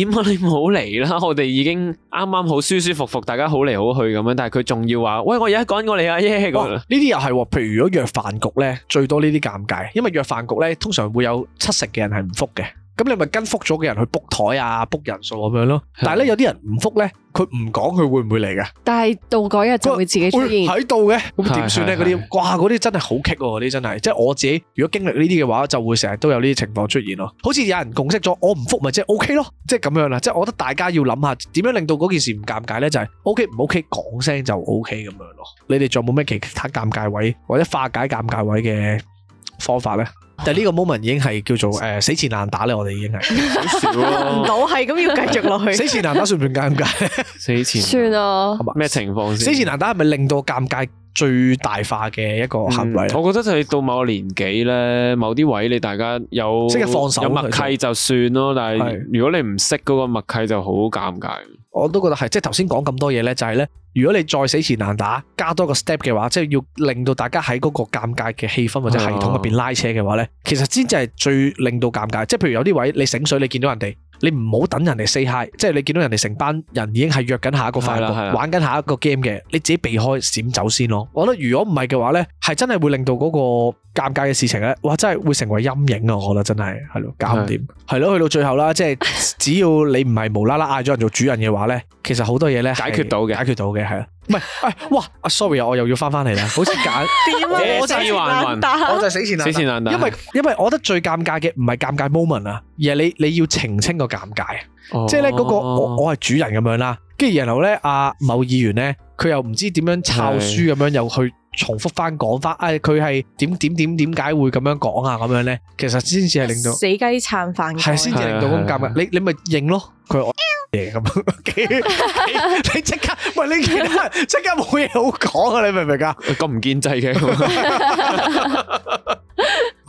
Speaker 4: 點啊？你唔好嚟啦！我哋已經啱啱好舒舒服服，大家好嚟好去咁樣，但係佢仲要話：喂，我而家趕過嚟啊！耶咁
Speaker 1: 哦
Speaker 4: 樣
Speaker 1: 呢啲又係喎，譬如如果約飯局咧，最多呢啲尷尬，因為約飯局咧通常會有七成嘅人係唔覆嘅，咁你咪跟覆咗嘅人去 book 台啊，book 人數咁樣咯。但係咧有啲人唔覆咧，佢唔講佢會唔會嚟嘅，
Speaker 3: 但系到嗰日就會自己出
Speaker 1: 會
Speaker 3: 現。
Speaker 1: 喺度嘅，咁點算咧？
Speaker 4: 係係
Speaker 1: 嗰啲哇，嗰啲真係好棘喎，嗰啲真係，即係我自己如果經歷呢啲嘅話，就會成日都有呢啲情況出現咯。好似有人共識咗，我唔覆咪即係 O K 咯，即係咁樣啦。即係我覺得大家要諗下點樣令到嗰件事唔尷尬咧，就係 O K 唔 O K 講聲就 O K 咁樣咯。你哋仲有冇咩其他尷尬位或者化解尷尬位嘅方法咧？但係呢個 moment 已經係叫做誒、呃死纏爛打咧，我哋已經 係
Speaker 4: 少
Speaker 2: 唔
Speaker 4: 咯，
Speaker 2: 到係咁要繼續落去
Speaker 1: 死。纏爛打算唔算尷尬咧？
Speaker 4: 死前
Speaker 3: 算啦
Speaker 1: 係，嘛
Speaker 4: 咩情況
Speaker 1: 死
Speaker 4: 先？
Speaker 1: 纏爛打係咪令到尷尬最大化嘅一個哦行為呢啊
Speaker 4: 嗯我覺得就係到某個年紀咧，某啲位你大家有
Speaker 1: 識得放手
Speaker 4: 有默
Speaker 1: 其實
Speaker 4: 契就算咯。但係
Speaker 1: 係
Speaker 4: 如果你唔識嗰個默契，就好尷尬。
Speaker 1: 我都覺得係，即係頭先講咁多嘢咧，就係咧，如果你再死纏爛打，加多個 step 嘅話，即係要令到大家喺嗰個尷尬嘅氣氛或者系統入邊拉扯嘅話
Speaker 4: 嗯
Speaker 1: 咧，其實先至係最令到尷尬。即係譬如有啲位你醒水，你見到人哋，你唔好等人哋 say hi，即係你見到人哋成班人已經係約緊下一個飯
Speaker 4: 係啦係啦
Speaker 1: 局，玩緊下一個 game 嘅，你自己避開閃走先咯。我覺得如果唔係嘅話咧，係真係會令到嗰個尷尬嘅事情咧，哇！真係會成為陰影啊！我覺得真係係咯，搞唔掂。係咯，去到最後啦，即 係只要你唔係無啦啦嗌咗人做主人嘅話咧，其實好多嘢咧
Speaker 4: 解決到嘅
Speaker 1: 解決到嘅係啊。唔係，哎哇！啊，sorry 啊，我又要翻翻 嚟啦，好似揀
Speaker 4: 啊
Speaker 1: 我
Speaker 4: 死
Speaker 1: 就
Speaker 4: 纏爛
Speaker 1: 我就係死纏
Speaker 4: 死
Speaker 1: 爛打
Speaker 4: 前難打，
Speaker 1: 因為因為我覺得最尷尬嘅唔係尷尬 moment 啊，而係你你要澄清個尷尬，
Speaker 4: 哦
Speaker 1: 即係咧嗰個我我係主人咁樣啦，跟住然後咧阿某議員咧，佢又唔知點樣抄書咁樣又去重複翻講翻，啊佢係點點點點解會咁樣講啊咁樣咧，其實先至係令到
Speaker 2: 死雞撐飯蓋
Speaker 1: 係先至令到咁尷
Speaker 4: 係啊係啊
Speaker 1: 尬，你你咪認咯，佢係我 嘢咁， 幾幾你即刻喂你其他人即刻冇嘢好講啊，你明唔明啊？
Speaker 4: 咁唔見制 嘅，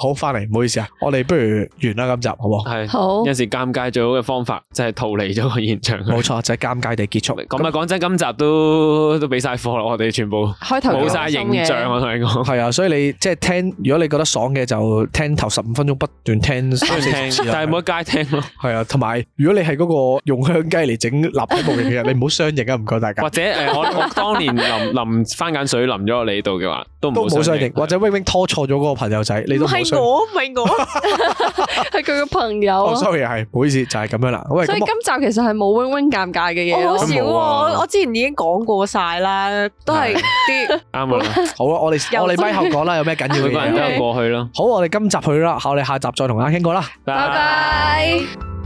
Speaker 1: 好，翻嚟，唔好意思啊，我哋不如完啦今集，好唔好？
Speaker 4: 係
Speaker 3: 好
Speaker 4: 有時尷尬最好嘅方法就係逃離咗個現場。
Speaker 1: 冇錯，就係尷尬地結束。
Speaker 4: 咁啊，講真，今集都都俾晒貨啦，我哋全部
Speaker 3: 開頭
Speaker 4: 冇晒形象，我同你 講。
Speaker 1: 係啊，所以你即係聽，如果你覺得爽嘅就聽頭十五分鐘不斷聽，
Speaker 4: 不斷聽，但係冇得 街聽咯。
Speaker 1: 啊係啊，同埋如果你係嗰個用香雞嚟整立體模型嘅人，你唔好相認啊，唔該大家
Speaker 4: 或。者誒，我我當年淋淋番鹼水淋咗我你度嘅話，都唔
Speaker 1: 都冇相認，或者 wing wing 拖錯咗嗰個朋友仔，你
Speaker 2: 唔
Speaker 1: 都冇
Speaker 2: 係
Speaker 1: 相認。
Speaker 2: 我，唔係我。
Speaker 3: 係佢嘅朋友
Speaker 1: 哦
Speaker 3: 啊。
Speaker 1: ，sorry，係唔好意思，就係咁樣啦。喂，
Speaker 3: 所以
Speaker 1: 咁
Speaker 3: 今
Speaker 1: 我哦
Speaker 3: 集其實係冇 wing wing 尷尬嘅嘢
Speaker 2: 我好
Speaker 3: 咯
Speaker 2: 少。喎，
Speaker 4: 冇啊
Speaker 2: 我我之前已經講過晒啦，都係 啲
Speaker 4: 啱啊啦，
Speaker 1: 好啦，我哋
Speaker 2: 又
Speaker 1: 我哋咪後講啦，有咩緊要
Speaker 4: 每
Speaker 1: 嘅
Speaker 4: 個
Speaker 1: 嘢
Speaker 4: 人？都有過去咯。
Speaker 1: 好，我哋今集去啦，我哋下集再同大家傾過啦。
Speaker 4: 拜
Speaker 3: 拜拜。